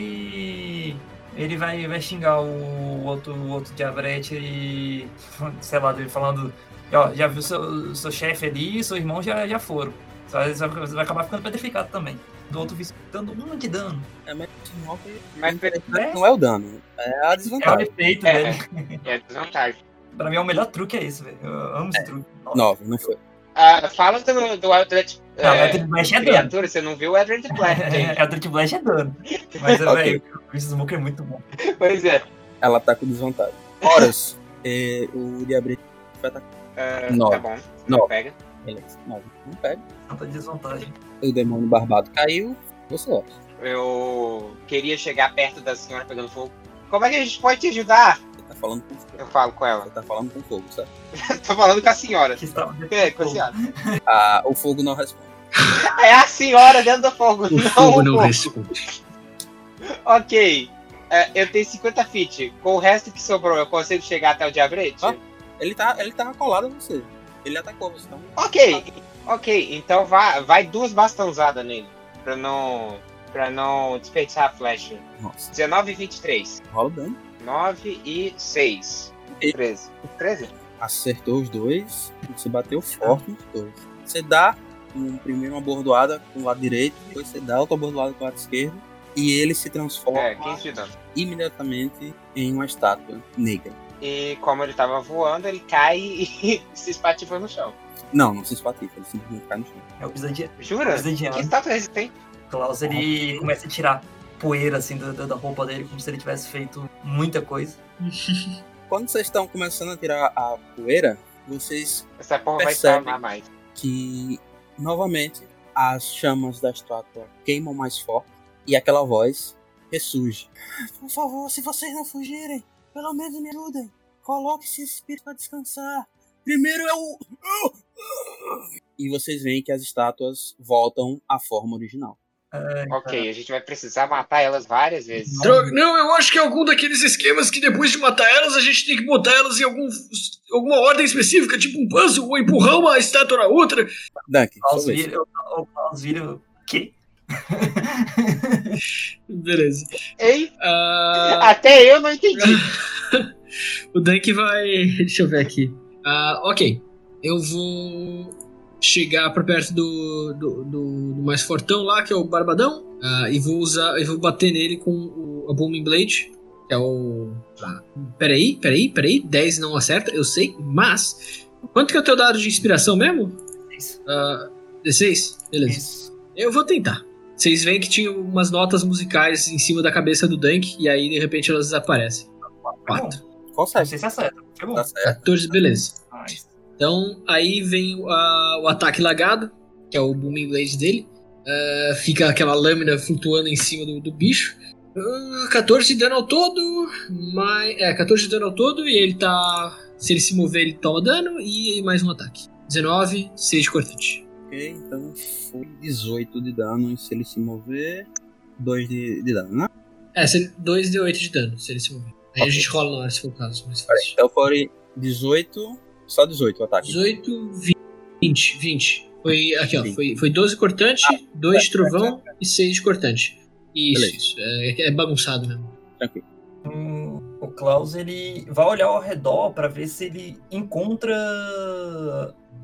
S4: Ele vai, vai xingar o outro, o outro diabrete e. Sei lá, ele falando. Ó, já viu seu, seu chefe ali, seu irmão já, já foram. Você vai, você vai- você vai acabar ficando petrificado também. Do outro vice dando uma de dano.
S2: É, mas
S3: Mas
S4: É.
S2: não é o dano, é a
S4: É o
S2: desvantagem.
S4: efeito,
S3: É.
S4: velho.
S3: é desvantagem.
S4: Pra mim é o melhor truque, é esse, velho. Eu amo esse truque.
S2: Nove, não foi.
S3: Ah, fala do, do Eldritch
S4: Não,
S3: é,
S4: é, Eldritch Blast é dano.
S3: Criatura, você não viu o Eldritch Blast, gente.
S4: É, a Truque Blast é dano. Mas,
S2: Ok.
S4: velho, o Beast Smoker é muito bom.
S3: Pois é.
S2: Ela tá com desvantagem. Horus, é, o diabrete vai atacar.
S3: Ah,
S2: Nove.
S3: tá bom.
S2: Nove.
S3: Pega.
S2: Beleza, nove. Não pega.
S4: Tanta desvantagem.
S2: O demônio barbado caiu. Você, Horus.
S3: Eu queria chegar perto da senhora pegando fogo. Como é que a gente pode te ajudar?
S2: Você tá falando com
S3: Eu falo com ela.
S2: Você tá falando com fogo, sabe?
S3: Tô falando com a senhora.
S4: que está...
S3: É, com a senhora.
S2: Ah, o fogo não responde.
S3: É a senhora dentro do fogo.
S5: O
S3: não
S5: fogo
S3: o
S5: não
S3: fogo.
S5: responde.
S3: Ok. É, eu tenho 50 feet. Com o resto que sobrou, eu consigo chegar até o diabrete?
S2: Ah. Ele tá, ele tava colado em você. Ele atacou você. Então,
S3: Ok. Ok, então vai, vai duas bastãozadas nele. Pra não. Pra não desperdiçar a flecha.
S2: nossa,
S3: 19 e 23.
S2: rola o dano.
S3: 9 e 6.
S2: E-
S3: 13. 13?
S2: Acertou os dois. Você bateu forte nos dois. Você dá um, primeiro uma bordoada com o lado direito. Depois você dá outra bordoada com o lado esquerdo. E ele se transforma
S3: É, 15 de dano.
S2: imediatamente em uma estátua negra.
S3: E como ele tava voando, ele cai e se espatifa no chão.
S2: Não, não se espatifa. Ele simplesmente cai no chão.
S4: É É. o Bizantiano.
S3: Jura?
S2: é,
S3: Que estátua resistente?
S4: Klaus, ele começa a tirar poeira, assim, da, da da roupa dele, como se ele tivesse feito muita coisa.
S2: Quando vocês estão começando a tirar a poeira, vocês
S3: Essa porra
S2: Percebe.
S3: vai tomar mais.
S2: que novamente as chamas da estátua queimam mais forte e aquela voz ressurge. Ah, Por favor, se vocês não fugirem, pelo menos me ajudem. Coloque esse espírito para descansar. Primeiro é o. E vocês veem que as estátuas voltam à forma original.
S4: É,
S3: Ok, a gente vai precisar matar elas várias vezes.
S5: Droga, não, eu acho que é algum daqueles esquemas que depois de matar elas, a gente tem que botar elas em algum, alguma ordem específica, tipo um puzzle, ou empurrar uma estátua na outra.
S2: Dunk,
S4: Klaus
S2: sua vez.
S4: vira. O Klaus vira. O quê?
S5: Beleza.
S3: Ei,
S5: Ah,
S3: até eu não entendi.
S5: o Dunk vai. Deixa eu ver aqui. Ah, ok. Eu vou chegar pra perto do, do, do- do mais fortão lá, que é o Barbadão. ah, e vou usar. Eu vou bater nele com o, a Booming Blade. Que é o. ah, peraí, peraí, peraí. 10 não acerta, eu sei, mas. Quanto que é o teu dado de inspiração mesmo?
S4: Isso.
S5: Ah, 16? Beleza.
S4: Isso.
S5: Eu vou tentar. Vocês veem que tinha umas notas musicais em cima da cabeça do Dunk, e aí de repente elas desaparecem.
S4: Tá bom.
S5: Quatro.
S4: Não
S2: Consegue.
S4: sei se acerta. Foi bom.
S2: Tá certo.
S5: 14, beleza.
S4: Mas...
S5: Então, aí vem o- a- o ataque lagado, que é o Booming Blade dele. Ah, fica aquela lâmina flutuando em cima do, do bicho. Ah, 14 de dano ao todo. Mas, é, 14 de dano ao todo, e ele tá. Se ele se mover, ele toma dano, e mais um ataque. 19, 6 de cortante.
S2: Ok, então foi 18 de dano. E se ele se mover, 2 de, de dano, né?
S5: É, 2 de 8 de dano, se ele se mover. Aí a gente rola na hora, se for o caso, mais fácil.
S2: Então foi 18. Só 18 o ataque.
S5: 18, 20, 20. Foi aqui, ó.
S2: Sim.
S5: Foi, foi 12 cortante, 2 de trovão e 6 de cortante. Isso,
S2: Beleza.
S5: isso. É, é bagunçado mesmo.
S4: Hum, O Klaus ele vai olhar ao redor para ver se ele encontra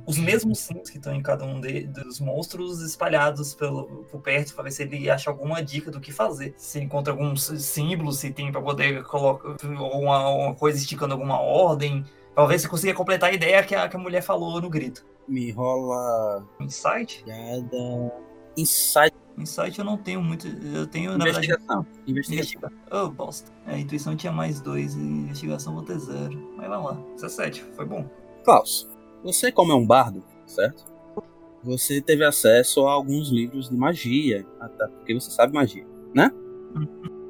S4: os mesmos sinos que estão em cada um de- dos monstros espalhados pelo, por perto, para ver se ele acha alguma dica do que fazer. Se encontra algum s- símbolo, se tem para poder colocar alguma, alguma coisa esticando alguma ordem. Talvez você consiga completar a ideia que a, que a mulher falou no grito.
S2: Me rola
S4: Insight?
S2: Piada. Insight.
S4: Insight eu não tenho muito. Eu tenho, na verdade,
S2: Investigação. Investigação.
S4: Investigação. Oh, bosta. A intuição tinha mais dois e investigação vou ter zero. Mas vamos lá. 17, foi bom.
S2: Klaus, você como é um bardo, certo? Você teve acesso a alguns livros de magia, até porque você sabe magia, né?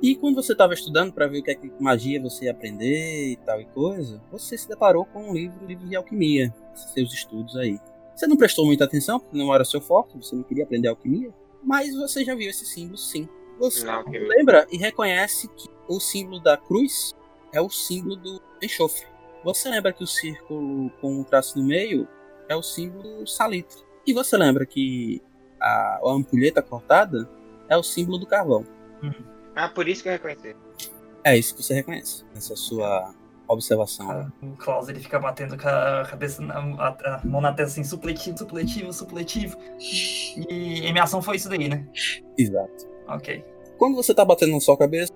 S2: E quando você estava estudando para ver o que é que magia você ia aprender e tal e coisa, você se deparou com um livro, livro de alquimia, seus estudos aí. Você não prestou muita atenção, porque não era seu foco, você não queria aprender alquimia, mas você já viu esse símbolo sim. Você
S3: Não, que-
S2: lembra e reconhece que o símbolo da cruz é o símbolo do enxofre. Você lembra que o círculo com o traço no meio é o símbolo do salitre. E você lembra que a, a ampulheta cortada é o símbolo do carvão.
S3: Ah, por isso que eu reconheci.
S2: É isso que você reconhece nessa sua observação.
S4: O Klaus Um ele fica batendo com a cabeça na a, a mão na testa assim, supletivo, supletivo, supletivo. E, e minha ação foi isso daí, né?
S2: Exato.
S4: Ok.
S2: Quando você tá batendo na sua cabeça,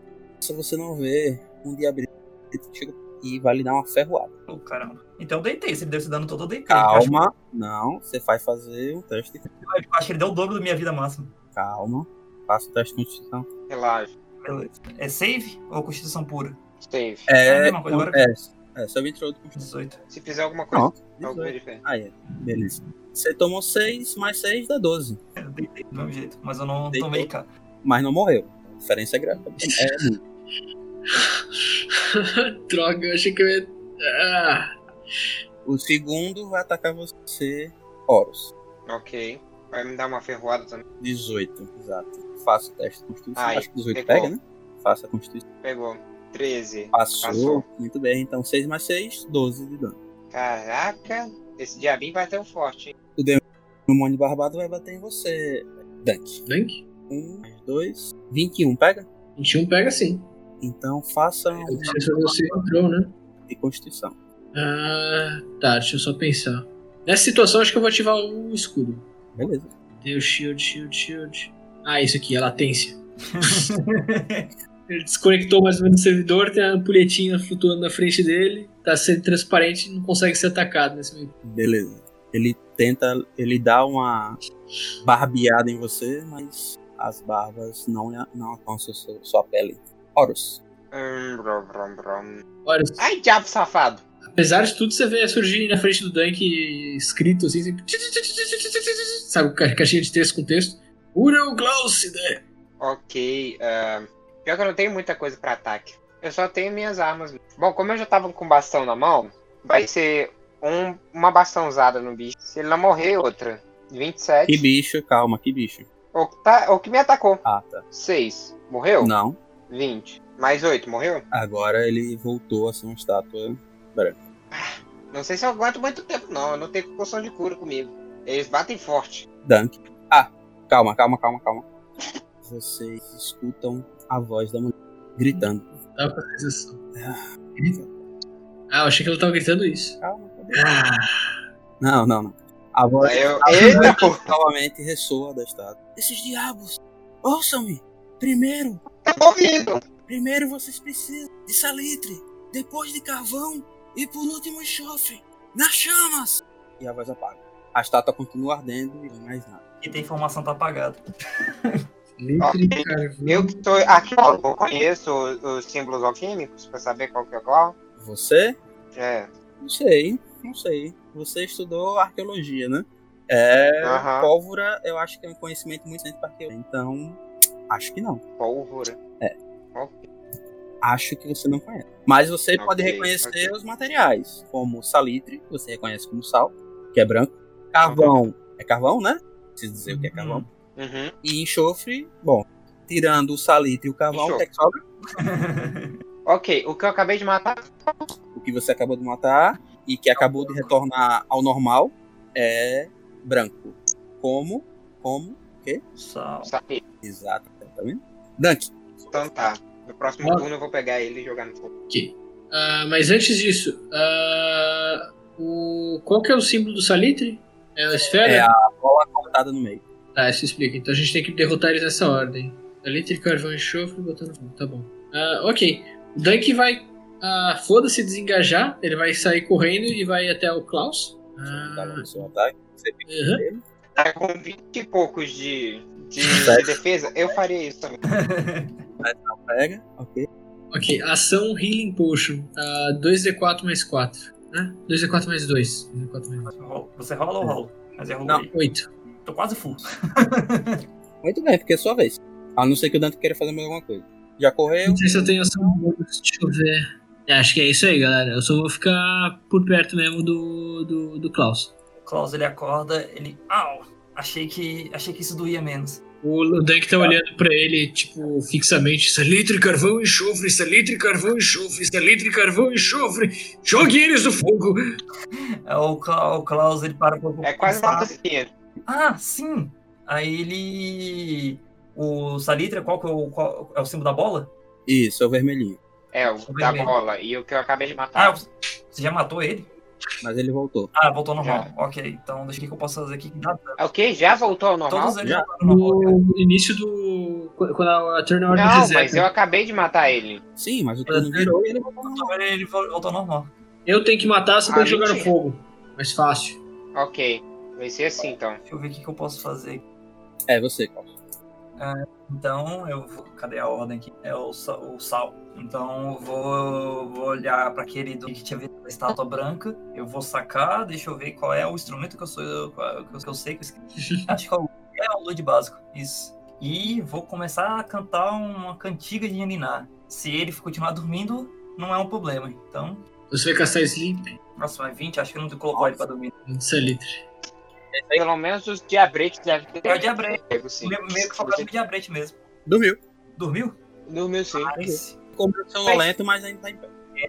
S2: você não vê um diabrito que chega e vai lhe dar uma ferroada.
S4: Oh, caramba. Então eu deitei. Se ele deu esse dano todo, eu deitei. Eu acho,
S2: Calma. Não, você vai fazer um teste.
S4: que- eu acho que ele deu o dobro da minha vida máxima.
S2: Calma. Faça o teste de constituição.
S3: Relaxa.
S4: Beleza. É save ou constituição pura?
S3: Save.
S4: É a
S2: É,
S4: mesma coisa agora?
S2: é, é, seu intro do
S4: 18.
S3: Se fizer alguma coisa,
S2: Pronto.
S3: alguma diferença.
S2: Ah, é. Beleza. Você tomou 6 mais 6 dá 12.
S4: É, Eu deitei do mesmo jeito, mas eu não
S2: Deitou.
S4: tomei cá.
S2: Mas não morreu. A diferença é grande. É,
S5: Droga, eu achei que eu ia Ah,
S2: O segundo vai atacar você, Horus.
S3: Ok. Vai me dar uma ferroada também.
S2: 18, exato. Faça o teste de Constituição.
S3: Ai,
S2: Acho que 18
S3: pegou.
S2: pega, né? Faça a Constituição.
S3: Pegou. 13.
S2: Passou.
S3: Passou.
S2: Muito bem, então 6 mais 6, 12 de dano.
S3: Caraca. Esse diabinho vai tão forte, hein?
S2: O demônio barbado vai bater em você, Dunk.
S5: Dank?
S2: 1 mais 2, 21, pega?
S5: 21 pega sim.
S2: Então faça um
S5: Eu preciso fazer o save throw, né?
S2: de Constituição.
S5: Ah, tá, deixa eu só pensar. Nessa situação, acho que eu vou ativar o escudo.
S2: Beleza.
S5: Deu shield, shield, shield. Ah, isso aqui, é latência. Ele desconectou mais ou menos o servidor, tem a ampulhetinha flutuando na frente dele, tá sendo transparente e não consegue ser atacado nesse momento.
S2: Beleza. Ele tenta, ele dá uma barbeada em você, mas as barbas não, não alcançam sua, sua pele. Horus.
S3: Hum, brom, brom, brom.
S5: Olha,
S3: Ai, diabo safado.
S5: apesar de tudo, você vê surgir na frente do Dunk escrito assim, sempre... sabe, ca- caixinha de texto com texto. Urel Glaucida!
S3: Ok. ah, pior que eu não tenho muita coisa pra ataque. Eu só tenho minhas armas. Bom, como eu já tava com bastão na mão, vai ser um, uma bastãozada no bicho. Se ele não morrer, outra. 27.
S2: Que bicho, calma, que bicho.
S3: O que, tá- o que me atacou?
S2: Ah, tá.
S3: 6. Morreu?
S2: Não.
S3: 20. Mais 8, morreu?
S2: Agora ele voltou a ser uma estátua.
S3: Não sei se eu aguento muito tempo, não. Eu não tenho poção de cura comigo. Eles batem forte.
S2: Dunk. Ah, calma, calma, calma, calma. Vocês escutam a voz da mulher gritando.
S5: Tava com a sensação. Ah, eu achei que ela tava gritando isso.
S2: Calma, calma.
S5: Ah,
S2: Não, não, não. A voz
S3: Aí eu.
S2: A
S3: Eita,
S2: voz
S3: pô!
S2: novamente ressoa da estátua. Esses diabos, ouçam-me. Primeiro,
S3: Tá ouvindo?
S2: Primeiro vocês precisam de salitre, depois de carvão e por último enxofre. Nas chamas! E a voz apaga. A estátua continua ardendo e mais nada.
S4: E tem informação tá apagada.
S5: Litre, cara.
S3: Eu que sou arqueólogo, eu conheço os, os símbolos alquímicos pra saber qual que é qual.
S2: Você?
S3: É.
S2: Não sei, não sei. Você estudou arqueologia, né? É.
S3: Aham.
S2: Pólvora, eu acho que é um conhecimento muito importante para arqueologia. Então, acho que não.
S3: Pólvora.
S2: Acho que você não conhece. Mas você pode
S3: Ok,
S2: reconhecer
S3: ok.
S2: os materiais, como salitre, você reconhece como sal, que é branco. Carvão, é carvão, né? Preciso dizer o que é carvão.
S4: Hum,
S3: Uhum.
S2: E enxofre, bom, tirando o salitre e o carvão, o que, é que sobra?
S3: Ok, o que eu acabei de matar.
S2: O que você acabou de matar e que acabou de retornar ao normal é branco. Como? Como?
S4: Sal.
S3: Sabe?
S2: Exato, tá vendo? Dunk,
S3: Então tá. No próximo
S5: Bora.
S3: turno eu vou pegar ele e jogar no fogo.
S5: Ah, mas antes disso, ah, o... qual que é o símbolo do Salitre? É a esfera?
S2: é a bola cortada no meio.
S5: Tá, isso explica. Então a gente tem que derrotar eles nessa ordem. Salitre, carvão, enxofre, botando fogo. Tá bom. Ah, ok. O Dunk vai, ah, foda-se, desengajar. Ele vai sair correndo e vai até o Klaus.
S2: Tá bom,
S5: Ah,
S2: seu ataque. Você pega
S5: aham.
S2: ele.
S3: Tá com 20 e poucos de, de,
S2: Tá.
S3: de defesa, eu faria isso também.
S2: Pega, ok.
S5: Ok, ação Healing Potion. Ah, 2d4 mais 4. Né? 2d4 mais 2. 2d4 mais
S4: Você rola ou rola? Mas eu
S2: Hum. Não.
S4: rolei.
S5: 8.
S4: Tô quase full.
S2: Muito bem, porque é sua vez. A não ser que o Dante queira fazer mais alguma coisa. Já correu?
S5: Não sei se eu tenho ação bônus. Deixa eu ver. É, acho que é isso aí, galera. Eu só vou ficar por perto mesmo do, do, do Klaus.
S4: O Klaus ele acorda, ele. Au! Achei que. Achei que isso doía menos.
S5: O o Dunk tá olhando pra ele, tipo, fixamente. Salitre, carvão, enxofre, salitre, carvão, enxofre, salitre, carvão, enxofre. Jogue eles no fogo.
S4: Aí É, O Cla- o Klaus ele para pra
S3: É quase uma
S4: pensar.
S3: cozinha.
S4: Ah, sim! Aí ele. O Salitra, qual que é o, qual- é o símbolo da bola?
S2: Isso, é o vermelhinho.
S3: É, o
S4: Sou
S3: da
S4: vermelho.
S3: bola. E o que eu acabei de
S4: Ah,
S3: matar.
S4: você já matou ele?
S2: Mas ele voltou.
S4: Ah, voltou ao normal.
S3: Já.
S4: Ok, então deixa eu ver o que eu posso fazer aqui. que dá dano.
S3: É o quê? Já voltou ao normal?
S4: Todos eles
S2: Já.
S4: voltaram ao normal. cara.
S5: No início do. Quando a turn order
S3: Não, né?
S5: reset.
S3: mas eu é acabei de matar ele.
S2: Sim, mas o turno
S5: Ele
S2: virou e ele voltou.
S4: Então, Ele ele voltou ao normal.
S5: Eu tenho que matar, você
S3: Ah,
S5: tem que jogar no
S3: mentira.
S5: fogo. Mais fácil.
S3: Ok. Vai ser assim então.
S4: Deixa eu ver o que que eu posso fazer.
S2: É você, Klaus.
S4: Então, eu vou. Cadê a ordem aqui? É o, sa- o sal. Então, eu vou, vou olhar pra aquele do que tinha visto a estátua branca. Eu vou sacar, deixa eu ver qual é o instrumento que eu sou. qual- Que eu, que eu sei que eu esqueci. Acho que é o, é o Lud básico. Isso. E vou começar a cantar uma cantiga de Niná. Se ele continuar dormindo, não é um problema. Então,
S5: Você vai castar Sleep?
S4: Nossa, mas 20, acho que não colocou ele pra dormir.
S5: 20 litros.
S3: Pelo menos os diabretes devem ter.
S4: É o diabrete.
S3: pego, sim.
S4: Meio, meio que focado no diabrete mesmo.
S2: Dormiu.
S4: Dormiu?
S3: Dormiu sim.
S4: Mas
S2: Cobrou sonolento, mas ainda tá em pé.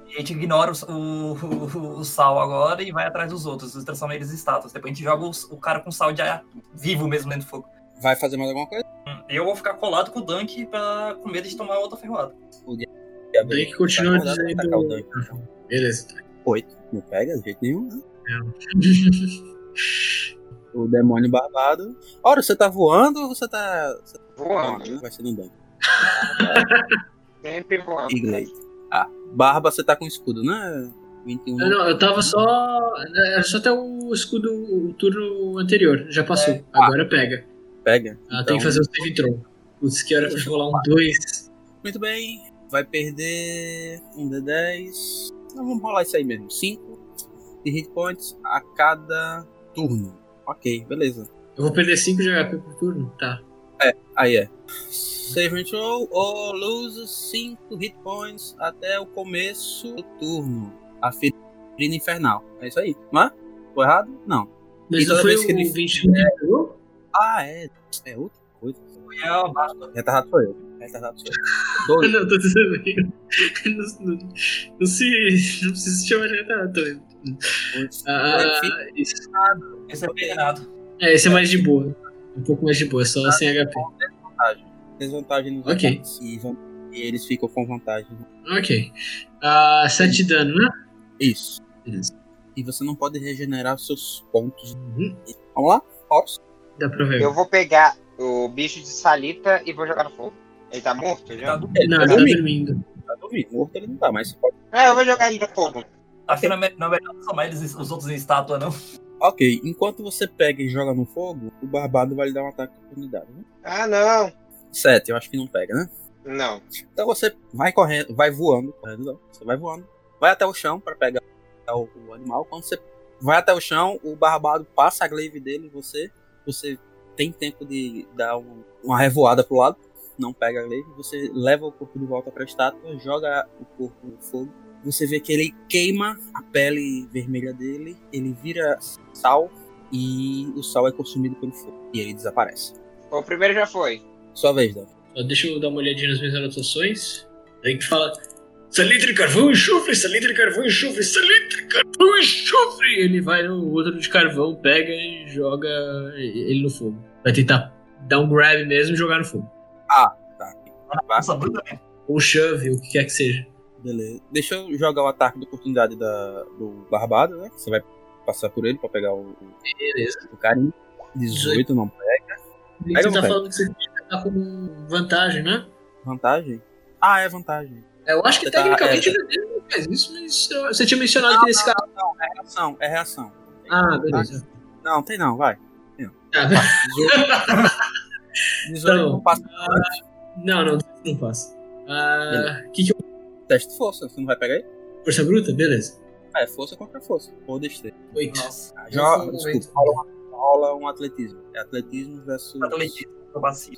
S4: a gente ignora o, o- o- o sal agora e vai atrás dos outros, os transforma eles em estátuas. Depois a gente joga os- o cara com sal de ar vivo mesmo dentro do fogo.
S2: Vai fazer mais alguma coisa?
S4: Hum, Eu vou ficar colado com o Dunk pra, com medo de tomar outra ferroada.
S3: Tá
S5: Daí que continua
S2: Vai rodar, vai
S5: dizendo-
S2: atacar o Dante, então.
S5: Beleza.
S2: Oito. Não pega de jeito nenhum, né?
S5: tá. então.
S2: O demônio barbado. Ora, você tá voando ou você tá. Você...
S3: Voando.
S2: Não, vai ser no dano.
S3: Sempre voando.
S2: Inglês. Ah, barba você tá com escudo, né? 21.
S5: Ah, não, eu tava só. né, Era só até o escudo, o turno anterior. Já passou.
S4: É.
S5: Agora pega.
S2: Pega.
S5: Ah,
S2: Ah, Então,
S5: tem que fazer o save throw. Putz, que hora pra rolar um 2.
S2: Muito bem. Vai perder um D10. Não, vamos rolar isso aí mesmo. 5 de hit points a cada turno. Ok, beleza.
S5: Eu vou perder 5 de HP por turno? Tá.
S2: Aí é. Save and throw ou lose 5 hit points até o começo do turno. A ferida infernal. É isso aí. Mas, foi errado? Não.
S5: Mas
S2: E
S5: não
S2: toda
S5: foi
S2: vez
S5: o
S2: que ele-
S5: 21 que pegou?
S2: Ah, é. É outra coisa.
S4: É a barba.
S2: Retardado sou eu. Retardado sou eu. Dois.
S5: Não, tô dizendo que- não, não, não se. Não precisa se chamar de retardado. tô- Ah, isso.
S4: Esse é envenenado.
S5: É, esse é mais de boa. Um pouco mais de boa, só sem HP.
S2: Desvantagem nos
S5: ah. Ok.
S2: ataques. E, van- e eles ficam com vantagem.
S5: Ok. Ah, 7 dano, né?
S2: Isso.
S5: Beleza.
S2: E você não pode regenerar os seus pontos.
S5: Uhum.
S2: Vamos lá? Horus.
S5: Dá pra ver.
S3: Eu vou pegar o bicho de salita e vou jogar no fogo. Ele tá morto já?
S5: Não,
S2: tá
S5: ele tá
S2: dormindo.
S5: dormindo.
S2: Tá dormindo. Morto ele não tá, mas você pode.
S3: É, eu vou jogar ele no fogo.
S4: Acho que não é me- não é melhor transformar eles, em- os outros em estátua, não.
S2: Ok. Enquanto você pega e joga no fogo, o barbado vai lhe dar um ataque de oportunidade, né?
S3: Ah, não.
S2: Sete, eu acho que não pega, né?
S3: Não.
S2: Então você vai correndo, vai voando, correndo não, você vai voando, vai até o chão pra pegar o, o animal. Quando você vai até o chão, o barbado passa a glaive dele, em você, você tem tempo de dar um- uma revoada pro lado, não pega a glaive, você leva o corpo de volta pra estátua, joga o corpo no fogo. Você vê que ele queima a pele vermelha dele, ele vira sal e o sal é consumido pelo fogo e ele desaparece.
S3: O primeiro já foi.
S2: Sua vez, Dan.
S5: Ó, deixa eu dar uma olhadinha nas minhas anotações. Aí que fala. Salitre, carvão e enxofre, salitre, carvão e enxofre, salitre, carvão e enxofre! Ele vai no outro de carvão, pega e joga ele no fogo. Vai tentar dar um grab mesmo e jogar no fogo.
S4: Nossa, brutalmente.
S5: Ou shove, o que quer que seja.
S2: Beleza. Deixa eu jogar o ataque de oportunidade da, do Barbado, né? Você vai passar por ele pra pegar o, o-
S5: Beleza.
S2: o carinho. 18 não pega.
S5: Ele
S2: Pega
S5: tá
S2: ou não pega?
S5: falando que você tá com vantagem, né?
S2: Vantagem? Ah, é vantagem.
S5: É, Eu acho que
S2: Você tá-
S5: tecnicamente
S2: é.
S5: ele ele não faz isso, mas uh, você tinha mencionado que nesse caso.
S2: É reação, é reação.
S5: Ah, beleza.
S2: Não, tem não, vai.
S5: Tá.
S2: 18
S5: Então,
S2: não passa
S5: Não, não, não passa. Ah, que que eu.
S2: teste de força. Você não vai pegar ele?
S5: Força bruta? Beleza.
S2: Ah, é força contra força. Ou destreza.
S5: Oito.
S4: Nossa,
S2: Ah,
S5: Eu
S2: Joga,
S5: vou-
S2: desculpa, rola, um- rola um atletismo. É atletismo versus.
S4: atletismo, acrobacia.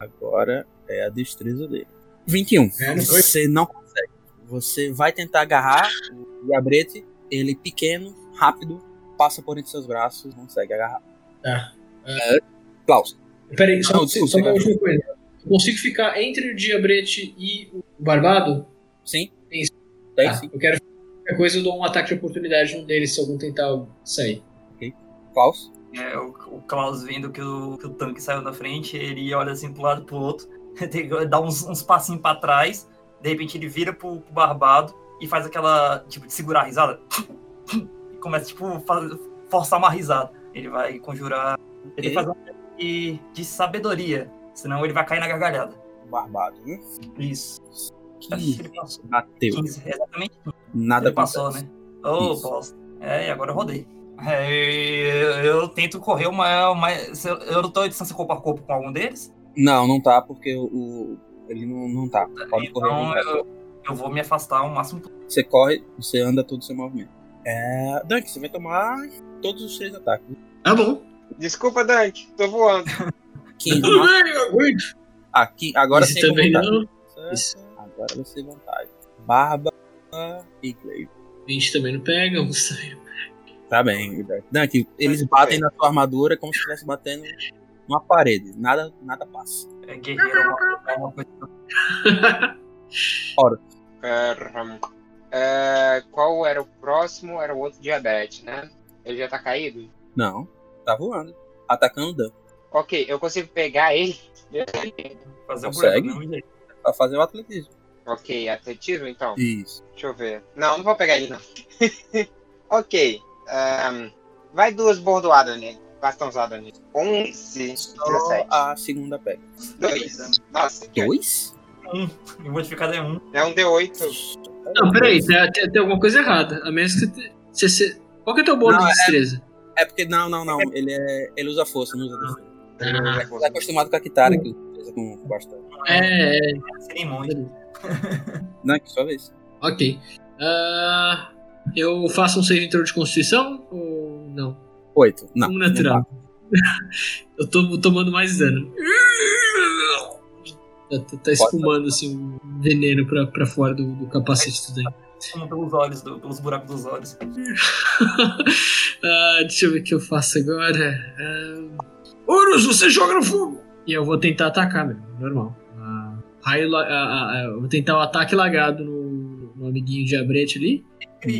S2: Agora é a destreza dele. 21.
S5: É, não foi?
S2: Você não consegue. Você vai tentar agarrar o diabrete. Ele pequeno, rápido, passa por entre seus braços, não consegue agarrar.
S5: Tá.
S2: Klaus.
S5: Peraí, só,
S2: Não, sim,
S5: só
S2: você
S5: uma
S2: vai.
S5: última coisa. Eu consigo ficar entre o diabrete e o barbado?
S2: Sim?
S5: Tem sim.
S2: Tem
S5: Tá,
S2: sim.
S5: Eu quero. Qualquer coisa eu dou um ataque de oportunidade num deles se algum tentar sair.
S2: Klaus.
S4: É, o, o Klaus vendo que o, que o tanque saiu da frente, ele olha assim pro lado e pro outro, tem que dar uns, uns passinhos pra trás, de repente ele vira pro, pro barbado e faz aquela, tipo, de segurar a risada. E começa, tipo, faz- forçar uma risada. Ele vai conjurar. Ele tem que fazer um teste de, de sabedoria, senão ele vai cair na gargalhada.
S2: Barbado, né?
S4: Isso. Acho que
S2: Que
S4: ele passou.
S2: bateu.
S4: 15, exatamente.
S2: Nada
S4: Tá ele passou,
S2: acontece.
S4: né? Ô,
S2: Isso.
S4: bosta. É, e agora eu rodei. É, e eu, eu tento correr o maior. Mas eu eu não tô em distância corpo a corpo com algum deles.
S2: Não, não tá, porque o. o- ele não, não tá. Pode correr.
S4: então
S2: não tá.
S4: eu, eu vou me afastar o máximo possível.
S2: Você corre, você anda todo o seu movimento. É. Dunk, você vai tomar todos os três ataques.
S5: Tá bom.
S3: Desculpa, Dante. Tô voando.
S2: 15.
S5: Tudo bem, eu aguento.
S2: Aqui, agora
S5: Esse
S2: sem
S5: também
S2: vantagem.
S5: não.
S2: Certo.
S5: Isso.
S2: Agora você vantagem. Barba e Glaive.
S5: 20 também não pega, 11 também não pega.
S2: Tá bem. Não, é que eles batem na sua armadura como se estivesse batendo numa parede. Nada, nada passa.
S4: É guerreiro, é uma, é uma coisa.
S3: É, Ramon. É, qual era o próximo? Era o outro diabetes, né? Ele já tá caído?
S2: Não. Tá voando. Atacando o dano.
S3: Ok, eu consigo pegar ele.
S4: Fazer um
S2: Consegue?
S4: buraco, não, gente.
S2: Pra fazer o atletismo.
S3: Ok, atletismo então?
S2: Isso.
S3: Deixa eu ver. Não, não vou pegar ele não. ok. ahn, vai duas bordoadas nele. Bastãozada nele. 11, 17.
S2: Só a segunda pega.
S3: Dois. Nossa,
S2: Dois?
S4: E o modificado é um.
S3: é um D8.
S5: Não, peraí, tem, tem, tem alguma coisa errada. A menos que. te- Você, você- qual que é o teu bônus
S2: Não,
S5: de destreza?
S2: É porque, não, não, não. Ele, é, ele usa força, não usa defesa.
S5: Ah,
S2: Ele tá acostumado com a Kitara, que usa com o bastão.
S5: É, é,
S4: Seria imune.
S5: beleza.
S2: Não, que sua vez.
S5: ok. Ah, eu faço um save intro de constituição ou não?
S2: Oito. Não.
S5: um
S2: não
S5: natural.
S2: dá.
S5: eu tô tomando mais dano. Tá, tá- tá espumando assim um veneno pra, pra fora do, do capacete tudo aí.
S4: Como pelos olhos, do- pelos buracos dos olhos.
S5: Ah, deixa eu ver o que eu faço agora. Ah, Horus, você joga no fogo! E eu vou tentar atacar mesmo, normal. Ah, raio la- ah, ah, ah, eu vou tentar o ataque lagado no, no amiguinho de abrete ali.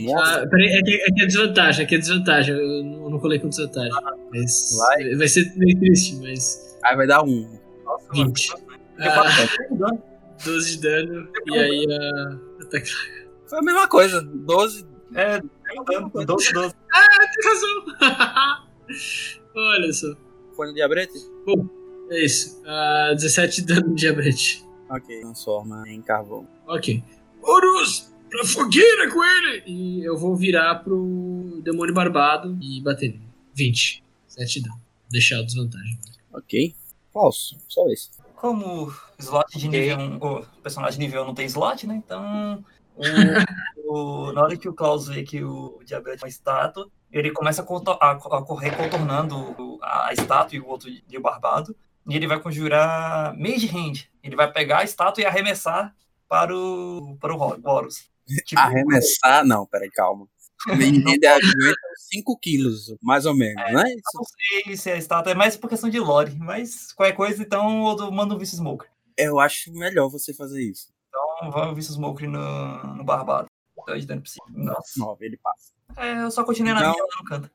S2: Nossa.
S5: Ah, peraí, é que, é que é desvantagem, é que é desvantagem. Eu não, não colei com desvantagem.
S2: Ah,
S5: Mas vai. ser meio triste, mas.
S2: Aí vai dar um.
S4: Nossa, mano.
S5: 20.
S2: É.
S4: Ah,
S5: Ah, 12 de dano. E aí ah, ataque lagado.
S2: Foi a mesma coisa. Doze.
S4: É, é um dano, 12, 12.
S5: Tem razão! Olha só.
S2: Foi no diabrete?
S5: É isso. Ah, 17 de dano de abrete.
S2: Ok. Transforma em carvão.
S5: Ok. Horus, pra fogueira com ele! E eu vou virar pro demônio barbado e bater nele. 20. 7 dano. Deixar a desvantagem.
S2: Ok. Falso. Só esse.
S4: Como slot de
S3: Ok.
S4: nível 1, o personagem nível 1 não tem slot, né? Então, o- o- na hora que o Klaus vê que o diabetes é uma estátua, ele começa a, contor- a- a correr contornando o- a, a estátua e o outro de barbado, e ele vai conjurar Mage Hand. Ele vai pegar a estátua e arremessar para o, para o Hor- Horus. Tipo,
S2: Arremessar, não, peraí, calma. é Ele ainda aguenta 5 quilos, mais ou menos, não é
S4: eu
S2: isso?
S4: não sei se é a estátua, é mais por questão de lore, mas qualquer coisa, então eu dou- mando um Vice Smoker.
S2: Eu acho melhor você fazer isso.
S4: Então vai o Vice Smoker no, no barbado. Então, Dois de dano psíquico. Nossa.
S2: 9, ele passa.
S4: É, eu só continuei na
S2: Então-
S4: minha lá no canto.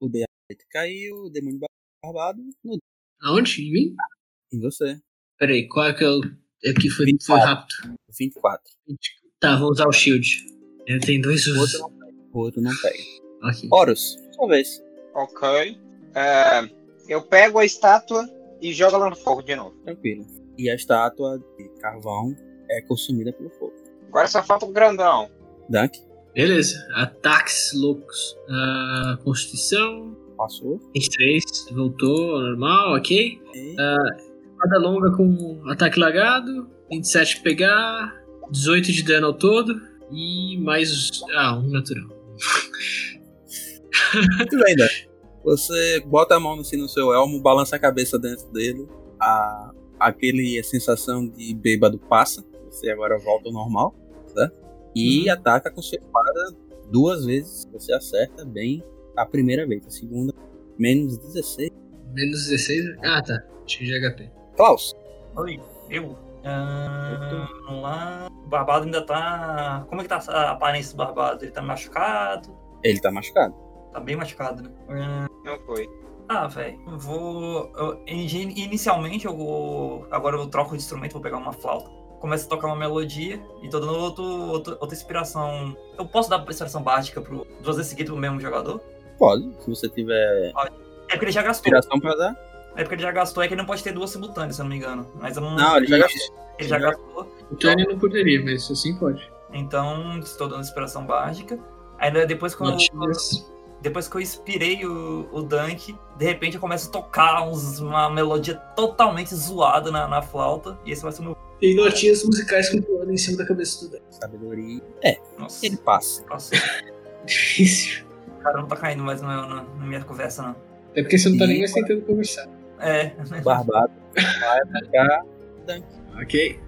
S2: O diabetes caiu, o demônio barbado, no-
S5: Aonde? Em mim?
S2: em você.
S5: Peraí, qual é que eu. É que foi, foi
S2: 24.
S5: rápido.
S2: 24.
S5: Tá, vou usar o shield. Ele tem dois
S2: O outro
S5: usos.
S2: não pega. O outro não pega.
S5: Ok.
S2: Horus, sua vez.
S3: Ok. É, eu pego a estátua e jogo ela no fogo de novo.
S2: Tranquilo. E a estátua de carvão é consumida pelo fogo.
S3: Agora só falta o grandão.
S2: Dunk,
S5: Beleza. Ataques loucos. Ah, Constituição.
S2: passou.
S5: 23. Voltou, ao normal, ok.
S2: E
S5: Espada longa com ataque lagado, 27 pegar, 18 de dano ao todo e mais. Ah, um natural.
S2: Muito bem, Dunk. Você bota a mão assim no seu elmo, balança a cabeça dentro dele. A... Aquele a sensação de bêbado passa. Você agora volta ao normal, tá? E ataca com sua espada duas vezes. Você acerta bem a primeira vez. A segunda, menos 16.
S5: Menos 16? Ah, tá. Cheio de HP.
S2: Klaus,
S4: Oi, eu? Ah, vamos lá. O barbado ainda tá. Como é que tá a aparência do barbado? Ele tá machucado?
S2: ele tá machucado.
S4: Tá bem machucado, né?
S3: Não foi.
S4: Ah, velho. Eu vou. eu- ini- inicialmente eu vou. Agora eu troco de instrumento, vou pegar uma flauta. Começo a tocar uma melodia e tô dando outro, outro- outra inspiração. Eu posso dar inspiração básica pro, duas vezes seguidas pro mesmo jogador?
S2: Pode, se você tiver
S4: É porque ele já gastou.
S2: inspiração pra dar.
S4: É porque ele já gastou, é que ele não pode ter duas simultâneas, se eu não me engano. Mas eu não.
S2: Não, ele já gastou.
S4: ele já gastou.
S5: Então ele não poderia, mas assim pode.
S4: Então, estou dando inspiração básica. Aí né, depois
S5: é
S4: que eu,
S5: Notinhas.
S4: depois que eu inspirei o, o Dunk, de repente eu começo a tocar uns- uma melodia totalmente zoada na, na flauta. E esse vai ser o meu.
S5: Tem notinhas musicais continuando em cima da cabeça do Dante.
S2: Sabedoria. É,
S4: Nossa,
S2: Ele passa.
S4: nossa,
S5: Difícil.
S4: o cara não tá caindo mais no, no, na minha conversa, não.
S5: É porque você não tá
S2: E-
S5: nem mais tentando conversar.
S4: É,
S2: Barbado. Vai atacar.
S5: Ok.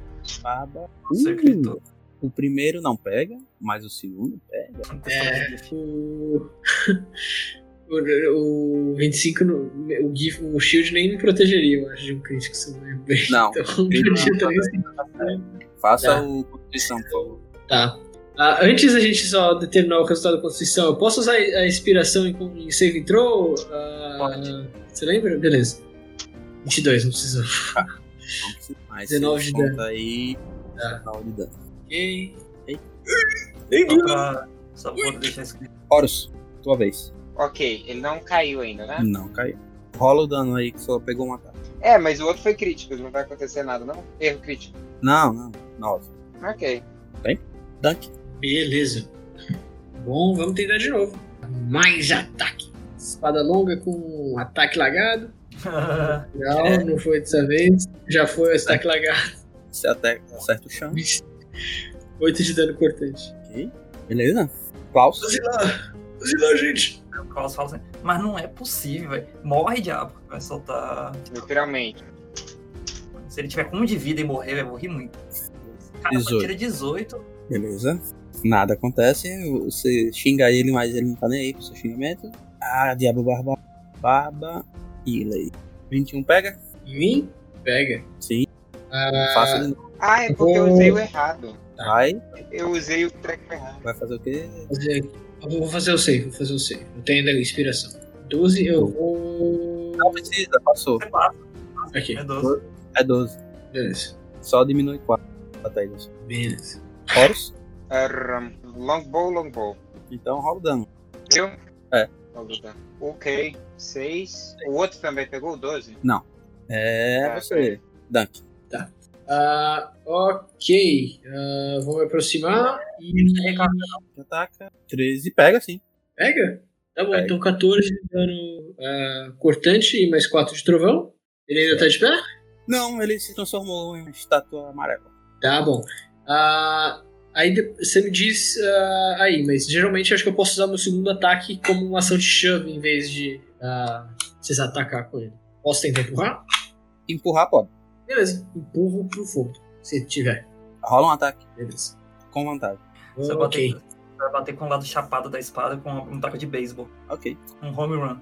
S2: Barba.
S4: Você gritou.
S2: O primeiro não pega, mas o segundo pega.
S5: É, o... o, o 25, no- o, Gif, o Shield nem me protegeria, eu acho, de um crítico, se eu me lembro bem.
S2: Não.
S5: Então, o Shield também
S2: Faça
S5: Tá.
S2: o Constituição, por favor.
S5: Tá. Ah, antes da gente só determinar o resultado da Constituição, eu posso usar a inspiração em, em Save and Throw? Ah,
S4: Pode.
S5: Você lembra? Beleza. 22, não precisa.
S2: Não precisa mais.
S5: 19 de
S2: Conta aí.
S5: Tá.
S2: 19 de dano.
S5: Ok.
S4: Só pra, só pra poder deixar escrito.
S2: Horus, tua vez.
S3: Ok, ele não caiu ainda,
S5: Tá.
S3: né?
S2: Não, caiu. Rola o dano aí que só pegou um ataque.
S3: É, mas o outro foi crítico, não vai acontecer nada, não? Erro crítico.
S2: Não, não. 9.
S3: Ok.
S2: Dunk.
S5: Beleza. Bom, vamos tentar de novo. Mais ataque. Espada longa com ataque lagado. Não,
S2: É.
S5: não foi dessa vez. Já foi tá o ataque lagado.
S2: Você até acerta o chão.
S5: 8 de dano cortante.
S2: Ok. Beleza. Klaus.
S5: Fuzilar! Fuzilar, gente!
S4: O Klaus fala assim, mas não é possível, velho. Morre, diabo. Vai soltar.
S3: Literalmente.
S4: Se ele tiver com um de vida e morrer, vai morrer muito. Cara,
S2: 18.
S4: tira 18.
S2: Beleza. Nada acontece. Você xinga ele, mas ele não tá nem aí pro seu xingamento. Ah, diabo barba. Barba. E lei. 21 pega?
S5: Mim? Pega.
S2: Sim.
S5: Ah, tá.
S2: Faça de novo.
S3: Ah, é porque eu
S5: Vou-
S3: usei o errado.
S2: Vai.
S3: Eu usei o treco errado.
S2: Vai fazer o quê?
S5: fazer- eu vou fazer o save, vou fazer o save. Eu tenho ainda inspiração. 12, eu vou.
S2: Não precisa, passou.
S4: É 4,
S5: Aqui,
S4: é 12.
S2: É 12.
S5: beleza.
S2: Só diminui 4. Até isso.
S5: Beleza.
S2: Horus.
S3: Arram. Longbow, longbow.
S2: Então rola o dano.
S3: Viu?
S2: É.
S3: Ok. 6. O outro também pegou o 12?
S2: É
S3: Ah,
S2: você. Dunk.
S5: Ah, ok. Ah, vou me aproximar e.
S2: Ataca. 13 pega, sim.
S5: Pega? Tá bom,
S2: Pega.
S5: então 14 de dano ah, cortante e mais 4 de trovão. Ele ainda tá de pé?
S2: Não, ele se transformou em uma estátua amarela.
S5: Tá bom. Ah, aí de- você me diz ah, aí, mas geralmente eu acho que eu posso usar meu segundo ataque como uma ação de chave em vez de ah, vocês atacar com ele. Posso tentar empurrar?
S2: Empurrar, pode.
S5: Beleza, empurro pro fogo, se tiver.
S2: Rola um ataque
S5: Beleza.
S2: com vantagem.
S4: Você vai
S5: ok.
S4: bater, vai bater com o lado chapado da espada com um taco de beisebol.
S2: Ok.
S4: Um home run.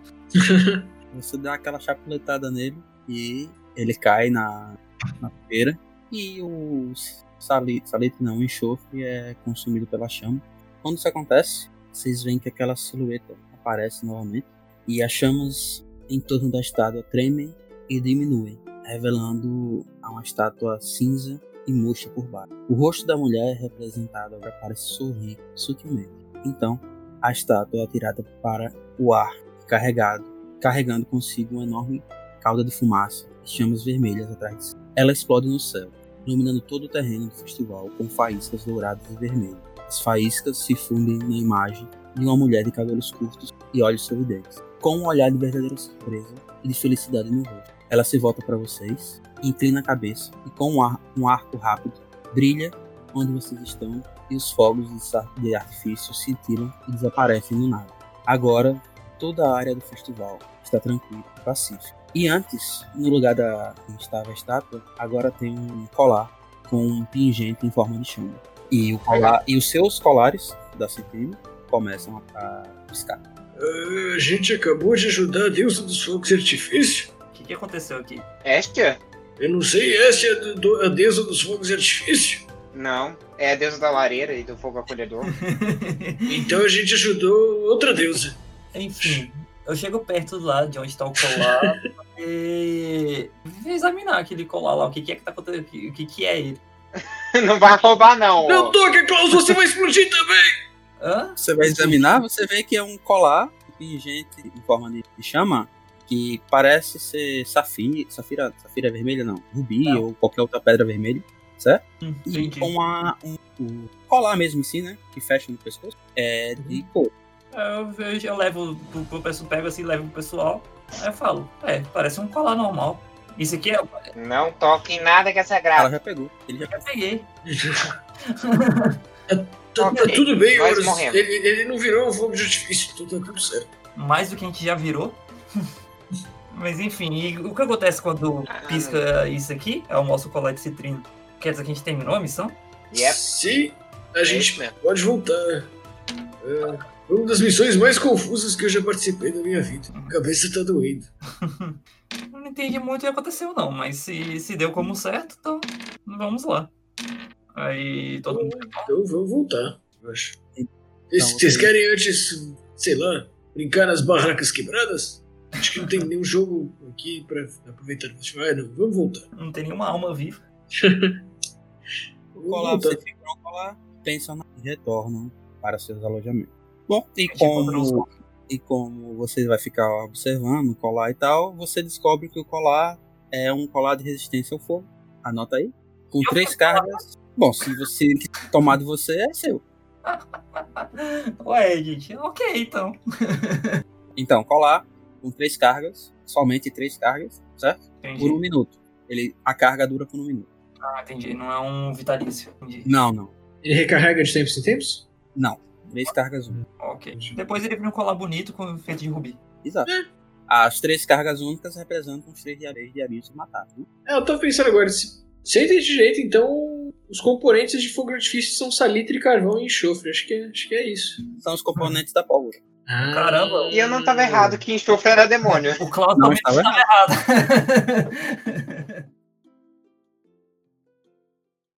S2: Você dá aquela chapuletada nele e ele cai na, na poeira. E o salito, salito não, o enxofre é consumido pela chama. Quando isso acontece, vocês veem que aquela silhueta aparece novamente. E as chamas em torno da estátua tremem e diminuem, revelando a uma estátua cinza e murcha por baixo. O rosto da mulher é representado agora parece sorrir sutilmente. Então, a estátua é atirada para o ar, carregado carregando consigo uma enorme cauda de fumaça e chamas vermelhas atrás de si. Ela explode no céu, iluminando todo o terreno do festival com faíscas douradas e vermelhas. As faíscas se fundem na imagem de uma mulher de cabelos curtos e olhos sorridentes, com um olhar de verdadeira surpresa e de felicidade no rosto. Ela se volta para vocês, inclina a cabeça e com um, ar- um arco rápido brilha onde vocês estão e os fogos de sa- de artifício cintilam e desaparecem no nada. Agora toda a área do festival está tranquila, pacífica. E antes, no lugar da onde estava a estátua, agora tem um colar com um pingente em forma de chama. E, o colar, e os seus colares da Citrino começam a, a piscar.
S5: Ah, a gente acabou de ajudar a deusa dos fogos de artifício?
S4: O que, que aconteceu aqui?
S3: Esta?
S5: Eu não sei, essa é a, do- a deusa dos fogos de artifício?
S3: Não. É a deusa da lareira e do fogo acolhedor.
S5: Então a gente ajudou outra deusa.
S4: Enfim, eu chego perto lá de onde tá o colar e vou examinar aquele colar lá, o que, que é que tá acontecendo, o que, o que, que é ele.
S3: não vai roubar, não.
S5: Não toca, Klaus, você vai explodir tá também!
S4: Hã?
S2: Você vai examinar, você vê que é um colar um pingente em forma de, de chama que parece ser safira, safira, safira vermelha não, rubi
S4: Tá.
S2: ou qualquer outra pedra vermelha, certo?
S4: Hum,
S2: E
S4: Entendi.
S2: com a, um, o colar mesmo em si, né? Que fecha no pescoço. É de couro.
S4: Eu vejo, eu levo pro, pro pessoal, pego assim, levo pro pessoal, aí eu falo, é, parece um colar normal. Isso aqui é, eu
S3: Não toque em nada que é
S2: Ela
S3: sagrado.
S2: já pegou. Ele já...
S4: peguei.
S5: Tá, tá
S3: Ok,
S5: tudo bem,
S3: nós
S5: Horus.
S3: morremos.
S5: Ele, ele não virou um fogo de artifício, tudo, tá tudo certo.
S4: mais do que a gente já virou. Mas enfim, e o que acontece quando pisca isso aqui? É o nosso colar de citrino. Quer dizer que a gente terminou a missão?
S3: Yep.
S5: Sim, A gente pode voltar. É, foi uma das missões mais confusas que eu já participei da minha vida. A cabeça tá doendo.
S4: Eu não entendi muito o que aconteceu, não, mas se, se deu como certo, então vamos lá. Aí todo
S5: Então,
S4: mundo.
S5: então vamos voltar, eu acho.
S2: Então,
S5: Vocês vocês
S2: vocês-
S5: querem antes, sei lá, brincar nas barracas quebradas? Acho que não tem nenhum jogo aqui pra aproveitar. Ah, não, vamos voltar.
S4: Não tem nenhuma alma viva.
S5: Vamos
S2: Colar,
S5: voltar.
S2: vocês ficam colar, pensam na... e retornam para seus alojamentos. Bom, e
S4: gente encontra os
S2: como, e como você vai ficar observando o colar e tal, você descobre que o colar é um colar de resistência ao fogo. Anota aí. Com
S4: Eu
S2: três
S4: vou
S2: cargas. Bom, se você tomar de você, é seu.
S4: Ué, gente, ok então.
S2: Então, colar com três cargas, somente três cargas, certo? Por um
S4: Entendi.
S2: minuto. Ele, a carga dura por um minuto.
S4: Ah, entendi. Não é um vitalício. Entendi.
S2: Não, não.
S5: Ele recarrega de tempos em tempos?
S2: Três cargas únicas.
S4: Ok. Depois ele vira um colar bonito com feito de rubi.
S2: Exato. As três cargas únicas representam os três diabeiros de Arius matados. Né?
S5: É, eu tava pensando agora, se, se eu entendi direito, então os componentes de fogo de artifício são salitre, carvão e enxofre. Acho que, é- acho que é isso.
S2: São os componentes da pólvora.
S4: Caramba.
S3: E eu não tava errado que enxofre era demônio.
S4: O Klaus
S2: Não
S4: também
S2: estava
S4: não estava errado.